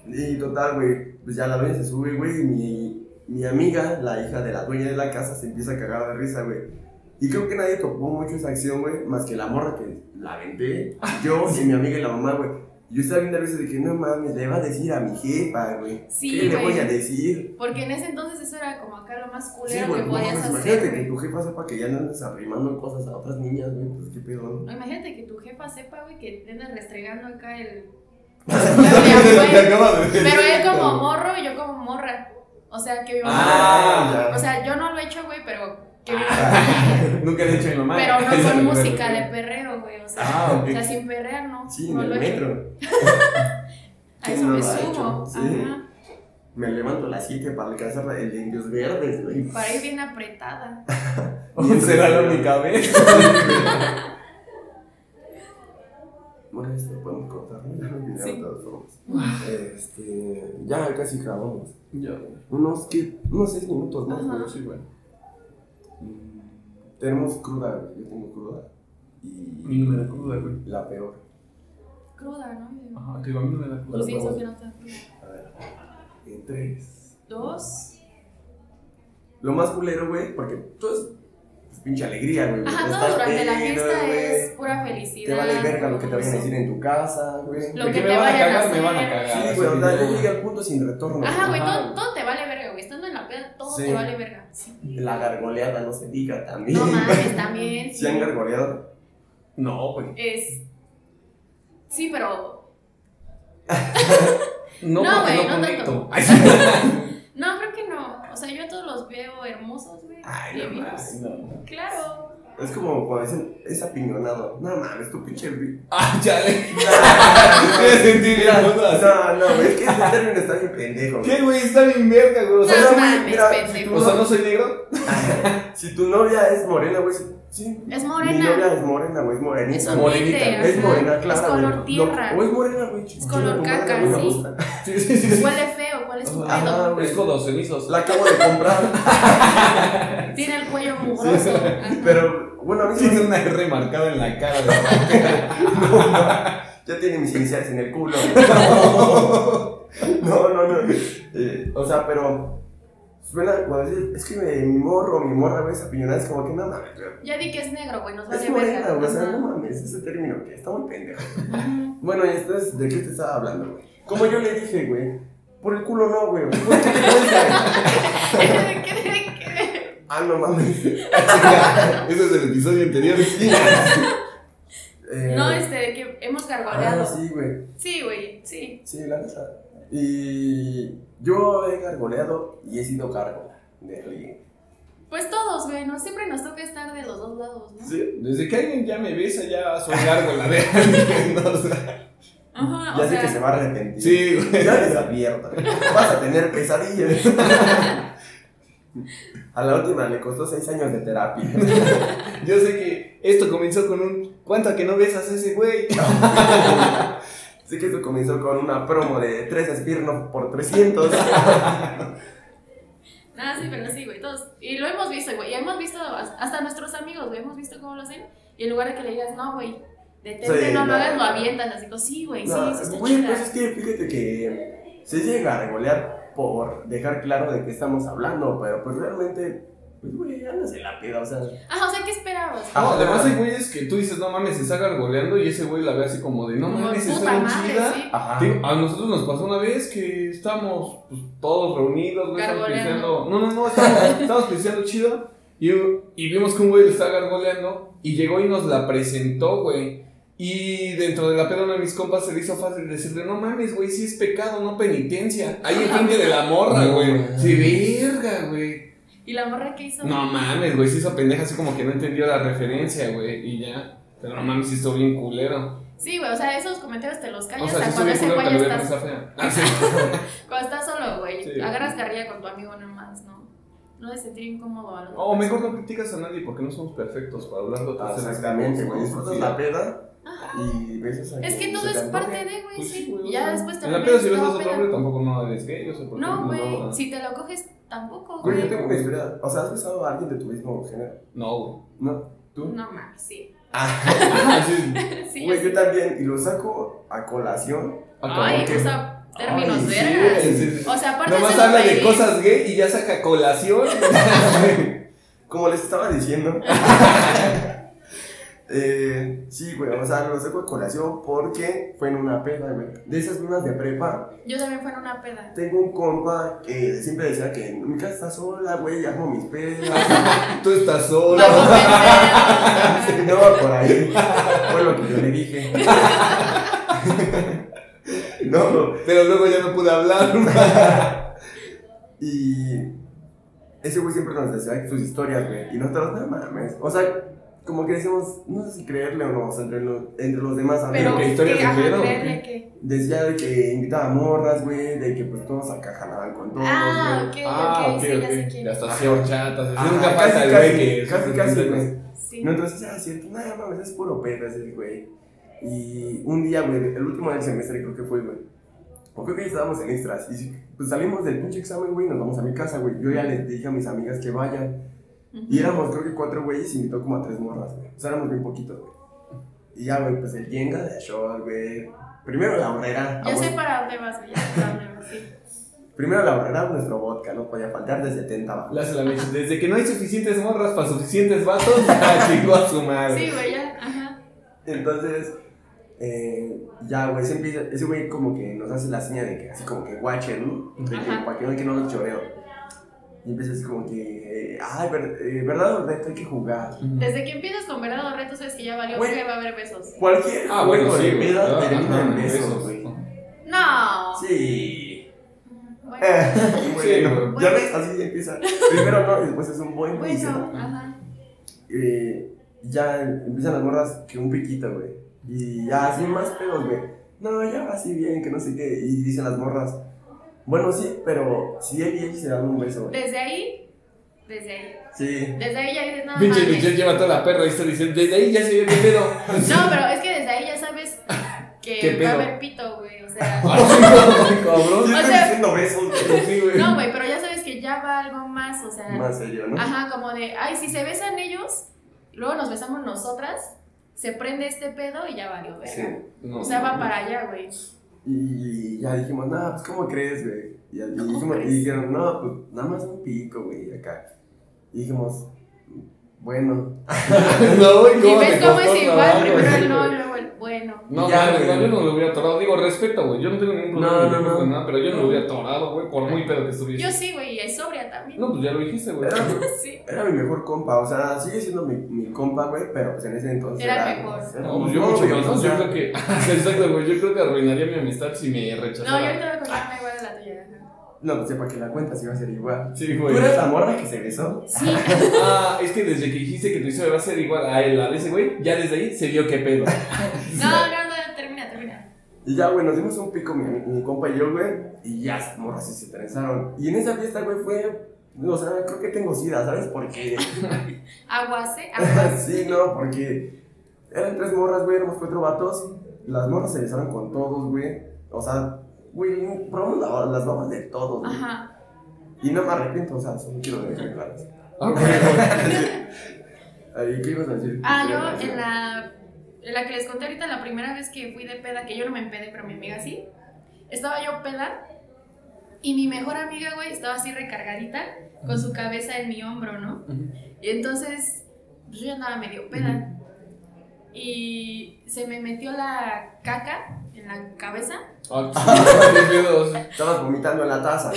Y total, güey, pues ya la doña se sube, güey, y mi, mi amiga, la hija de la dueña de la casa, se empieza a cagar de risa, güey. Y creo que nadie topó mucho esa acción, güey, más que la morra que la aventé, yo y mi amiga y la mamá, güey. Yo estaba viendo a veces de que, no mames, le va a decir a mi jefa, güey.
Sí,
¿Qué le
güey.
voy a decir?
Porque en ese entonces eso era como acá lo más
Sí,
culero
güey,
que
no
podías
mames,
hacer,
imagínate que
güey.
tu jefa sepa que ya no andas arrimando cosas a otras niñas, güey, pues qué pedo, ¿no?
No, Imagínate que tu jefa sepa, güey, que te andas restregando acá el...
Te acabo de decir.
Pero él como morro y yo como morra. O sea, que mi mamá...
Ah,
O sea, yo no lo he hecho, güey, pero... que mi-
Ah,
Nunca le he hecho a mi mamá.
Pero no
Esa
con
es la
música de
verdad.
perrero, güey. O sea,
Ah,
o sea,
ok.
sin perrear, no.
Sí, en
no lo
el
he hecho.
metro.
A
¿Quién
eso
no
me
lo ha
subo.
hecho? Sí.
Ajá.
Me levanto a las 7 para alcanzar el de indios verdes, güey.
Para ir bien apretada.
Será la única vez.
Bueno, esto lo podemos cortar, ¿no? Ya lo olvidamos de todas formas. Este, ya casi grabamos.
Ya.
Unos, ¿qué? unos seis minutos más.
Ajá.
¿no?
Sí, bueno.
Mm, Tenemos cruda, güey. Yo tengo cruda.
A mí
Y
no me da cruda, güey.
la peor.
Cruda, ¿no?
Ajá, te digo, a mí no me da
Pues
cruda.
Hola.
pienso que no está cruda.
A ver. En tres.
Dos.
Lo más culero, güey, porque tú es pues, pinche alegría, güey.
Ajá,
Estás
todo durante la
pedo,
fiesta
güey.
es pura
Te
felicidad.
vale verga lo que te vayan a
sí.
decir en tu casa, güey.
Lo
De
que
que
te
me van a
vayan a
cagar, me
hacer.
van a cagar.
Sí, güey, o sea,
así
ya
como-
llega al punto sin retorno.
Ajá, güey,
Ajá.
todo, todo te vale verga, güey. Estando en la peda, todo
Sí.
te vale verga.
La gargoleada no se diga también.
No mames, también.
¿Sí han gargoleado?
No, güey.
Es. Sí, pero.
No,
No,
porque
güey,
no
no tanto.
conecto. Ay, sí.
No, creo que no. O sea, yo a todos los veo hermosos, güey.
Ay, no
divinos.
mames.
Claro.
Es como cuando dicen, es apiñonado. No mames, tu pinche. vi-
Ah, chale. Voy a
No,
sentir bien
no,
mundo así.
no, güey, es que ese término está bien pendejo. güey.
¿Qué, güey? Está bien verga, güey. O sea,
no
güey,
mames,
mira,
pendejo.
o sea, no soy negro.
Si tu novia es morena, güey. si- Sí.
Es
Mi novia
morena.
es morena, güey, es morenita.
Es
güey.
morenita,
horrible.
Es morena,
Es
clara, güey.
color tierra.
No, o es morena, güey.
Es color
Chingada,
caca,
güey, me
sí.
gusta.
Sí, sí, sí. sí.
Huele feo, ¿cuál es tu
Ajá.
pedo?
Es con los cenizos.
La acabo de comprar.
Tiene el cuello mugroso. Ajá.
Pero, bueno, a mí sí me
Tiene una R marcada en la cara. güey.
No, no. Ya tiene mis iniciales en el culo. No, no, no. Eh, o sea, pero. Suena cuando dices, es que me- mi morro, mi morra, güey, esa piñonada es como que no mames, güey.
Ya di que es negro, güey. Nos
Es
vale
morena,
verga.
güey, o sea, no
Ajá.
mames, ese término que está muy pendejo.
Ajá.
Bueno, y entonces, ¿de qué te estaba hablando, güey? Como yo le dije, güey, por el culo no, güey. ¿Por qué te cuesta?
¿De qué? ¿De qué?
Ah, no mames.
Ese es el episodio anterior.
Sí. Eh,
No, este, que hemos
Ah,
gargoleado.
sí, güey.
Sí, güey, sí.
Sí, la neta. Y yo he gargoleado y he sido gárgola de alguien.
Pues todos, güey, ¿no? Siempre nos toca estar de los dos lados, ¿no?
Desde que alguien ya me besa, ya soy largo la de alguien, ¿no? O sea,
Ajá,
ya
o
sé
sea,
que se va a arrepentir.
Sí, güey.
Ya les advierto. Vas a tener pesadillas. A la última le costó seis años de terapia.
Yo sé que esto comenzó con un ¿Cuánto que no besas a ese güey?
Sé que esto comenzó con una promo de 3 Spirno por 300.
nada, Ah, sí, pero sí, güey, todos. Y lo hemos visto, güey, y hemos visto hasta nuestros amigos, güey, hemos visto cómo lo hacen. Y en lugar de que le digas, no, güey, detente,
Sí,
no
no.
lo hagas, lo avientas. Así como, sí, güey, sí,
No,
sí, está
güey,
chida.
pues es que fíjate que se llega a regolear por dejar claro de qué estamos hablando, pero pues realmente, pues güey, andas de la peda, o sea.
Ah, o sea, ¿qué esperabas?
Ah,
No, además hay güeyes que tú dices, no mames, se está gargoleando y ese güey la ve así como de, no
Como,
mames, está
puta
bien
madre,
chida.
sí.
Ajá.
Digo, a nosotros nos pasó una vez que estamos pues, todos reunidos, güey, estamos
Gargoleando.
pisteando. No, no, no, estamos, estamos pisteando chido. Y, y vimos que un güey le estaba gargoleando y llegó y nos la presentó, güey. Y dentro de la peda uno de mis compas se le hizo fácil decirle, no mames, güey, sí es pecado, no penitencia. Ahí enfrente de la morra,
No,
güey.
mames.
Sí, verga, güey.
¿Y la morra que hizo?
No mames, güey, sí esa pendeja así como que no entendió la referencia, güey. Y ya. Pero no mames, sí estuvo bien culero.
Sí, güey, o sea, esos comentarios te los
O
callas
sea, sí
hasta
estuvo
cuando
bien culero,
ese güey
pero
ya
hubiera
estás,
pensado fea. Ah, sí.
cuando estás solo, güey.
Sí.
Agarras carrilla con tu amigo nomás, ¿no? No de sentir incómodo a los
O Oh, mejor no criticas a nadie porque no somos perfectos para hablar de
Ah,
otras
Exactamente, güey. Disfrutas
Sí.
la peda y ves a
Es que
quien
todo
se te
es
antoje.
parte de, güey,
Pues sí,
sí.
güey, o
ya
sea,
después te
En la
vuelves
peda si ves a
todo
otro
pedo.
hombre tampoco no eres gay, yo sé por qué.
No, güey,
No,
si te lo coges tampoco,
Güey,
güey.
yo tengo una historia. O sea, ¿has besado a alguien de tu mismo género?
No, güey.
No. ¿Tú?
No mames, sí.
Ah,
Ah, sí.
Sí,
güey,
yo
yo
sí.
también. Y lo saco a colación.
Acabó.
Ay,
porque-
Ay,
usa términos
sí,
vergas.
sí, sí, sí.
O sea, aparte
Nomás
eso
habla de
güey,
cosas gay y ya saca colación.
Como les estaba diciendo. eh, sí, güey, o sea, lo saco a colación porque fue en una peda, güey. De esas mismas de prepa,
Yo también fui en una peda.
Tengo un compa que siempre decía que mi casa está sola, güey, amo mis pedas.
Tú estás
Vamos,
sola.
Sí,
pendejo.
no va por ahí. Fue lo que yo le dije. No,
Pero luego ya no pude hablar.
y ese güey siempre nos decía sus historias, güey. Y nosotros, no mames. O sea, como que decimos, no sé si creerle o no, o sea, entre, los- entre los demás amigos.
Pero
¿qué historias
que, ajá,
dijeron?
creerle que...
Decía de que invitaba morras, güey, de que pues todos acajanaban con todos,
Ah,
güey.
ok, ok, sí, ya sé
Ya
quién.
está así horchata.
Ajá,
así Nunca falta el
casi,
güey que.
casi, casi, güey.
Sí.
Y nosotros, ah, es cierto, nada mames, es puro pedo ese güey. Y un día, güey, el último del semestre creo que fue, güey. O creo que ya estábamos en extras. Y si- pues salimos del pinche examen, güey, nos vamos a mi casa, güey. Yo ya les dije a mis amigas que vayan. Y éramos, creo que cuatro güeyes y invitó como a tres morras, güey. O sea, éramos bien poquitos, güey. Y ya, güey, pues el Yenga de Ashore, güey. Primero la horrera.
Ya
abuelo.
sé para dónde vas, güey, ya sé para dónde vas, sí.
Primero la horrera, nuestro vodka, no podía faltar de 70 balas.
Le hace la leche. Desde que no hay suficientes morras para suficientes vatos, ah, chico a su madre.
Sí, güey, ya, ajá.
Entonces, eh, ya, güey, se empieza, ese güey como que nos hace la seña de que, así como que watchen, ¿no? De que,
Ajá.
para que no, que no los choreo. Y empieza así como que, eh, ay, ver- eh, verdad o reto, hay que jugar.
Desde que empiezas con verdad o reto, sabes que ya valió
Güey.
que va a haber besos.
Cualquier
Ah, bueno, sí,
de
güey.
vida
Ah,
termina
ajá,
en besos,
besos.
güey.
No.
Sí.
Bueno,
Eh, bueno,
güey.
ya ves, así empieza. Primero no, y después es un buen güey.
bueno, ajá.
eh, ya empiezan las morras que un piquito, güey. Y ya así más pedos, güey. No, ya va así bien, que no sé qué. Y dicen las morras, bueno, sí, pero si él y ella se dan un beso, güey.
Desde ahí, desde ahí.
Sí.
Desde ahí ya dices, no,
Pinche
mames.
Michelle lleva toda la perra y está diciendo, desde ahí ya se ve qué pedo.
No, pero es que desde ahí ya sabes
¿Qué
que va a
pedo?
haber pito, güey, o sea.
Ay,
Yo
Cabrón.
estoy
sea-
diciendo besos, güey.
Sí, güey.
No, güey, pero ya sabes que ya va algo más, o sea.
Más serio, ¿no?
Ajá, como de, ay, si se besan ellos, luego nos besamos nosotras, se prende este pedo y ya valió, güey.
Sí.
No,
O sea, va
no.
para allá, güey.
Y ya dijimos, no, pues, ¿cómo crees, güey? Y, y
¿Cómo
dijimos- y
crees?
dijeron, no, pues, nada más un pico, güey, acá. Y dijimos, bueno.
No, güey,
Y
¿cómo te
ves cómo
costó
es igual,
trabajo,
primero
güey?
el no, luego el bueno.
No,
Ya,
mames,
güey.
no, yo no lo hubiera atorado. Digo, respeto, güey. Yo no tengo ningún
No,
problema
no,
con
no.
nada, pero yo no lo hubiera atorado, güey, por muy pedo que estuviese.
Yo sí, güey, y es sobria también.
No, pues ya lo dijiste, güey.
Era,
Sí.
era mi mejor compa, o sea, sigue siendo mi, mi compa, güey, pero pues en ese entonces
Era mejor.
No, pues yo mucho
novio, o
menos. Yo
sea,
creo que. Exacto, güey. Yo creo que arruinaría mi amistad si me
No, yo
rechazara.
ahorita voy a contarme igual de la tuya. ajá.
No, pues sepa que la cuenta si va a ser igual.
Sí,
¿Tú
güey.
eres la morra que se besó?
Sí,
Ah, es que desde que dijiste que tu historia va a ser igual a él, a ese güey, ya desde ahí se vio qué pedo.
no, no, no, termina, termina.
Y ya, güey, nos dimos un pico mi, mi compa y yo, güey, y ya esas morras sí se trenzaron. Y en esa fiesta, güey, fue. O sea, creo que tengo sida, ¿sabes por qué?
Aguase, aguase.
sí, no, porque eran tres morras, güey, éramos cuatro vatos. Las morras se besaron con todos, güey. O sea, güey, probamos la- las babas de todos, güey.
Ajá.
Y no me arrepiento, o sea, solo quiero dejar claras.
Ah, güey, güey.
Ay, ¿Qué ibas a decir?
Ah, yo en la, en la que les conté ahorita, la primera vez que fui de peda, que yo no me empedé, pero mi amiga sí, estaba yo peda y mi mejor amiga, güey, estaba así recargadita con su cabeza en mi hombro, ¿no?
Ujú.
Y entonces pues, yo ya andaba medio peda y se me metió la caca en la cabeza
Ah, qué pedos.
Estabas vomitando en la taza.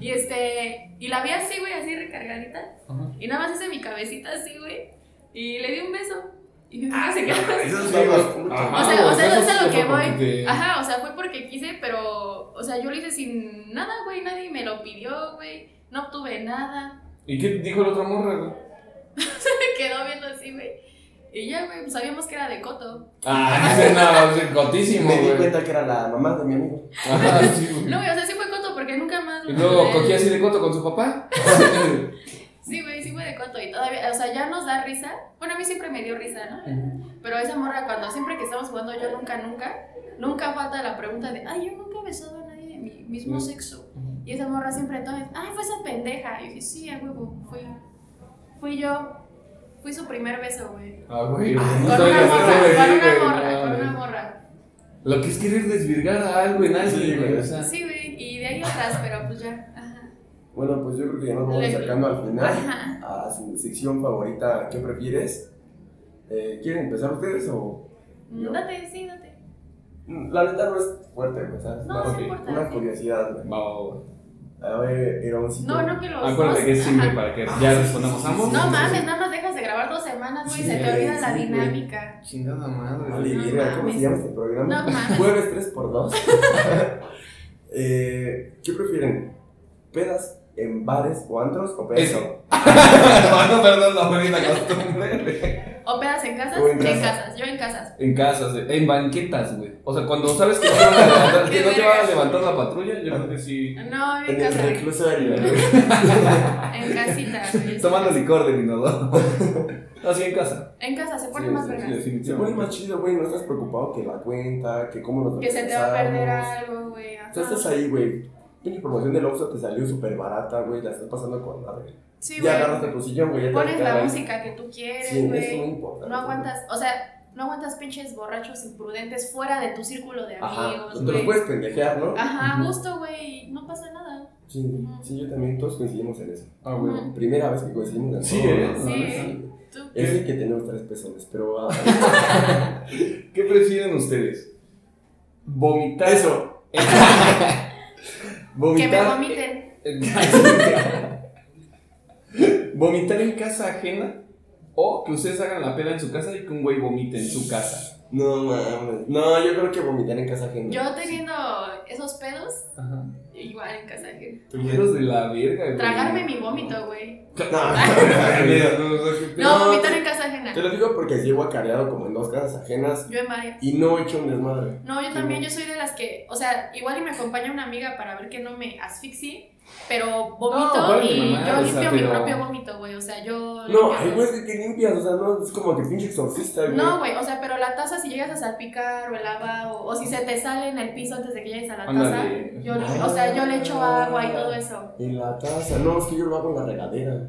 y este, y la vi así, güey, así recargadita
Ajá.
y nada más hice mi cabecita así, güey, y le di un beso y mi
Ah,
amiga se quedó así.
Esos
Ajá,
O sea, o sea,
eso
es a lo
fue
que voy.
porque te-
Ajá, o sea, fue porque quise, pero, o sea, yo lo hice sin nada, güey, nadie me lo pidió, güey, no obtuve nada,
¿Y qué dijo la otra morra, güey?
me quedó viendo así, güey. Y ya, güey, pues, sabíamos que era de coto.
Ah, dice nada, es cotísimo,
Me di
güey.
cuenta que era la mamá de mi amigo.
Ajá, sí, güey.
No, güey, o sea, sí fue coto porque nunca más...
Mm. Y
lo
luego
tuve.
cogí así de coto con su papá.
Sí, güey, sí fue de coto y todavía, o sea, ya nos da risa. Bueno, a mí siempre me dio risa, ¿no? Pero esa morra, cuando siempre que estamos jugando yo nunca, nunca, nunca falta la pregunta de, ay, yo nunca he besado a nadie de mi mismo
Sí.
sexo. Y esa morra siempre entonces, ay, fue esa pendeja. Y yo dije, sí, a huevo, fui, fui yo. Fui su primer beso, güey.
Ah, güey. no
Con una
sabía qué hacer, güey,
morra, con una
no,
morra, con
güey.
una morra.
Lo que es querer desvirgar a algo en
Sí,
alguien, güey.
güey.
O sea,
Sí, güey, y de ahí atrás, pero pues ya. Ajá.
Bueno, pues yo creo que ya nos vamos
Le-
acercando al final.
Ajá.
A su sección favorita, ¿qué prefieres? Eh, ¿Quieren empezar ustedes o.? Yo.
Date, sí, date.
La neta no es fuerte, güey, ¿sabes?
No,
Ok,
no importa.
Una
sí.
curiosidad, güey.
va, va, va.
A ver, era un sitio.
No, no que los
Acuérdate
dos-
que es simple
Ajá.
para que ya respondamos ambos.
No mames, nada más dejas de grabar dos semanas, güey,
Sí,
se te olvida la
sí, güey.
dinámica.
Chingada madre.
Vale,
No
verga, ¿cómo
mames.
se llama este programa?
No mames.
Jueves 3x2. eh, ¿Qué prefieren? ¿Pedas en bares o antros o pedas?
Eso. no, perdón, la buena costumbre.
O ¿O pedas en casas?
O en
en
casa.
casas, yo en casas.
En casas, de- en banquetas, güey. O sea, cuando sabes que, te van a levantar- que no te va a levantar la patrulla, yo creo que sí.
No, yo en
En el
casa.
reclusorio.
En casita. güey.
Tomando licor del inodoro. Así en casa.
En casa se pone
Sí,
más
sí,
Se
sí,
vergas.
pone más
definitivamente.
chido, güey. No estás preocupado que la cuenta, que cómo nos
que se te va a perder
algo.
algo, güey. ajá.
Tú estás ahí, güey. Pinche promoción del Oxxo te salió súper barata, güey. La estás pasando con madre.
Sí,
ya
güey.
agarraste tu sillón, güey. ya te
Pones la
cagas.
música que tú
Sí,
quieres,
eso no
güey.
importa.
No aguantas, o sea, no aguantas pinches borrachos imprudentes fuera de tu círculo de
Ajá.
amigos,
Te los
güey.
puedes pendejear, ¿no?
Ajá,
Ujú.
justo, güey. No pasa nada.
Sí, sí, yo también. Todos coincidimos en eso.
Ah, güey.
Ujú.
Primera vez que coincidimos en
Sí,
todo,
¿eh?
¿no?
La
Sí.
neta.
Tú-
Es el que tenemos tres pezones, pero. ah,
¿Qué prefieren ustedes? Vomitar.
eso.
que me
vomitar.
vomiten.
vomitar en casa ajena o que ustedes hagan la peda en su casa y que un güey vomite en su casa.
No, mames. No, yo creo que vomitar en casa ajena.
Yo teniendo esos pedos,
Ajá.
igual en casa. güey.
Primeros de la verga, güey.
Tragarme mi vómito, güey.
No,
No,
No,
vomitar
te-
en casa ajena.
te lo digo porque llevo acareado como en dos casas ajenas
Yo en varias.
y no he hecho un desmadre.
No, yo también, yo soy de las que, o sea, igual y me acompaña una amiga para ver que no me asfixie, pero
No,
vomito
¿cuál es
y
mi mamá?
yo
O sea,
limpio mi
pero-
propio vómito, güey, o sea, yo...
No,
limpio-
ay, güey, es que- que limpias, o sea, no, es como que pinche exorcista, güey.
No, güey, o sea, pero la taza si llegas a salpicar o el agua o, o si se te sale en el piso antes de que llegues a la taza,
Ándale.
yo, limpio- o sea, yo le echo agua y todo eso.
En la taza, no, es que yo lo hago en la regadera.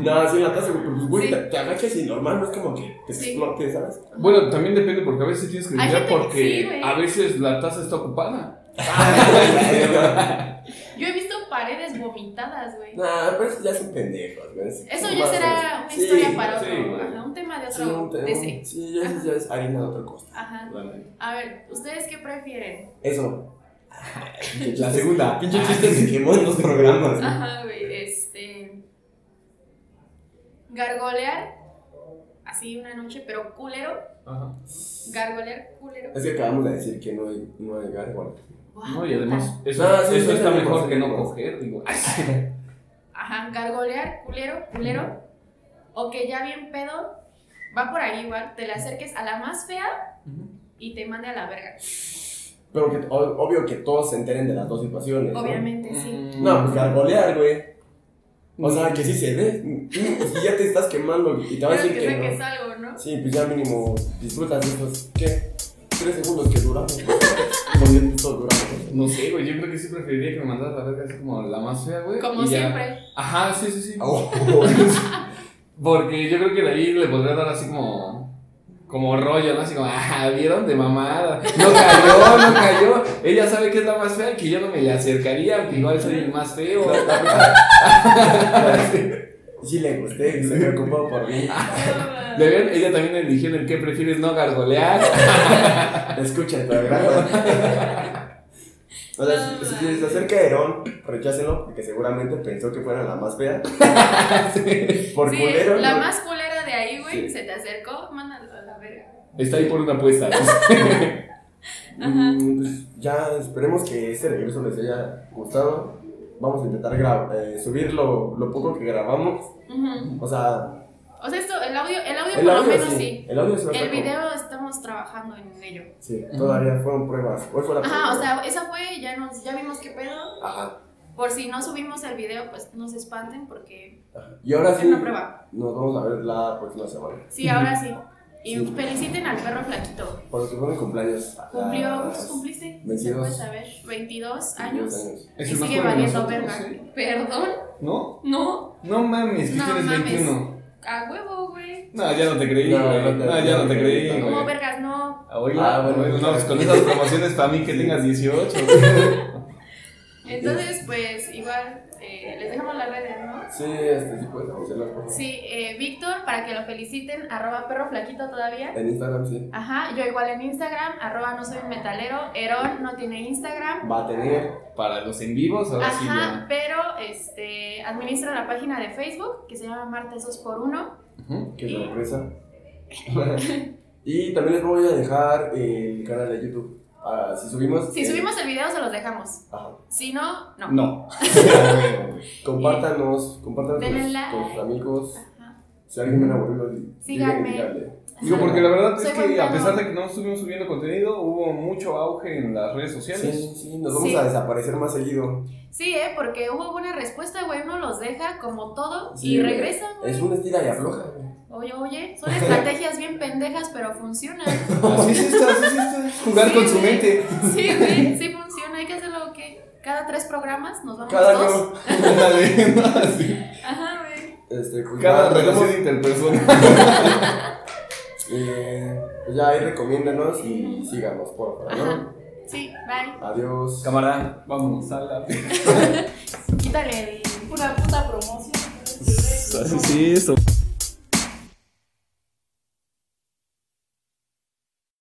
no, sí, en la taza, güey, pues, güey,
Sí.
te, te agachas y normal, no es como que te
Sí.
explotes, ¿sabes?
Bueno, también depende porque a veces tienes que
Hay
limpiar
gente que
porque
sí, güey.
a veces la taza está ocupada.
Ah,
Yo he visto paredes vomitadas, güey.
nah, pero eso ya son pendejos, güey. es-
Eso
son
ya
bases.
será una
Sí,
historia para
sí,
otro,
güey.
ajá, un tema de
Sí,
otro,
un-
de ese.
un- sí, ya es, ya es harina de otra cosa.
Ajá. A ver, ¿ustedes qué prefieren?
Eso.
La segunda.
Pinche chiste se quemó en los programas. güey.
Ah, Ajá, güey, este. Gargolear, así una noche, pero culero.
Ajá.
Gargolear, culero.
Es que acabamos de decir que no hay, no hay gárgolas.
Guau,
No, y además, eso,
Ah, sí,
eso
sí,
está
sí,
mejor
sí,
que no
sí.
coger, digo. ay,
puta. Ajá, gargolear, culero, culero. O que ya bien pedo, va por ahí igual, te le acerques a la más fea y te mande a la verga.
Pero que, o- obvio que todos se enteren de las dos situaciones. ¿no?
Obviamente,
Mm,
sí.
No, pues gargolear, güey. O sea, que sí se ve. Mm, Si ya te estás quemando y te va a
Pero
decir
que
que
saques
no.
algo, ¿no?
Sí, pues ya mínimo disfrutas estos, ¿qué? Tres segundos que duramos. Como diez minutos duramos.
No sé, güey, yo creo que sí preferiría que me mandara la verga así como la más fea, güey.
Como
y ya.
siempre.
Ajá, sí, sí, sí.
Oh.
Porque yo creo que de ahí le podría dar así como. Como rollo, ¿no? Así como, ah, vieron de mamada. No cayó, no cayó. Ella sabe que es la más fea y que yo no me le acercaría, aunque igual soy el más feo.
Sí le gusté, se preocupó por mí.
¿Le ven? Ella también eligió en el que prefieres no gargolear.
Escucha el programa. O sea, si, si se acerca Herón, rechácelo, porque seguramente pensó que fuera la más fea. Por
Sí,
culero.
la
¿no?
más culera de ahí, güey,
Sí.
se te acercó, mándalo a la verga.
Está ahí por una apuesta. ¿no?
Ajá.
Mm, pues ya esperemos que este regreso les haya gustado. Vamos a intentar gra- eh, subir lo, lo poco que grabamos.
Ujú.
O sea,
O sea, esto, el audio, el audio
el
por
audio
lo menos sí.
El audio sí va a
El
estar como-
video estamos trabajando en ello.
Sí, todavía fueron pruebas. Hoy fue la
Ajá,
primera.
o sea, esa fue, ya nos, ya vimos qué pedo.
Ajá.
Por si no subimos el video, pues no se espanten porque
Y ahora
es
sí,
una prueba.
nos vamos a ver la próxima semana.
Sí, ahora sí. Y
Sí.
feliciten al perro flaquito.
Por su de cumpleaños. Ah, a
Cumplió,
Ah,
las-
¿cuántos cumpliste? Se
22.
puede saber. 22 años.
Es
Y
el más
sigue
joven de
valiendo
nosotros, ¿eh?
verga.
¿sí?
Perdón,
¿No?
no,
No mames, que
No
tienes
mames.
21.
a huevo, güey.
No, ya no te creí,
No,
güey.
no
No,
te-
ya no te creí, güey.
Como vergas, no.
Ah, oye,
Ah, bueno,
oye, no,
claro.
pues con esas promociones para mí que tengas 18. güey.
Entonces, pues igual eh, les dejamos las redes, ¿no?
Sí, este sí puedes anunciarlo, por favor.
Sí, eh, Víctor, para que lo feliciten, arroba perro flaquito todavía.
En Instagram sí.
Ajá, yo igual en Instagram, arroba no soy un metalero, Herón no tiene Instagram.
Va a tener.
Para los en vivos, ahora sí
Ajá,
ya.
pero este, administra la página de Facebook que se llama Martes 2 por 1
Ujú.
Qué sorpresa. y también les voy a dejar el canal de YouTube. Ah, si subimos.
Si
eh,
subimos el video se los dejamos,
Ajá.
si no, no.
No.
Compártanos, compártanos
Denle
con-
like.
con sus amigos.
Ajá.
Si alguien me han aburrido, di-
Síganme.
díganle.
Digo, porque la verdad
Soy
es que
buen
a
pedo.
pesar de que no estuvimos subiendo contenido, hubo mucho auge en las redes sociales.
Sí, sí, nos vamos
Sí.
a desaparecer más seguido.
Sí, ¿eh? Porque hubo buena respuesta, güey. Uno los deja como todo
Sí,
y
güey.
regresan, güey.
Es una estira y afloja, güey.
Oye, oye, son estrategias bien pendejas, pero funcionan.
Así es esto, así es esto. Jugar
Sí,
con su
güey.
mente.
Sí, güey, sí funciona. Hay que hacerlo que cada tres programas nos vamos
Cada
dos.
año,
Ándale, ¿no? Así.
Ajá, güey.
este, pues,
Cada
ya,
relación interpersonal.
eh, pues ya ahí recomiéndanos y síganos, por favor, ¿no?
Ajá. Sí, bye.
Adiós.
Cámara, vamos a la.
Quítale el
Una puta promoción.
es.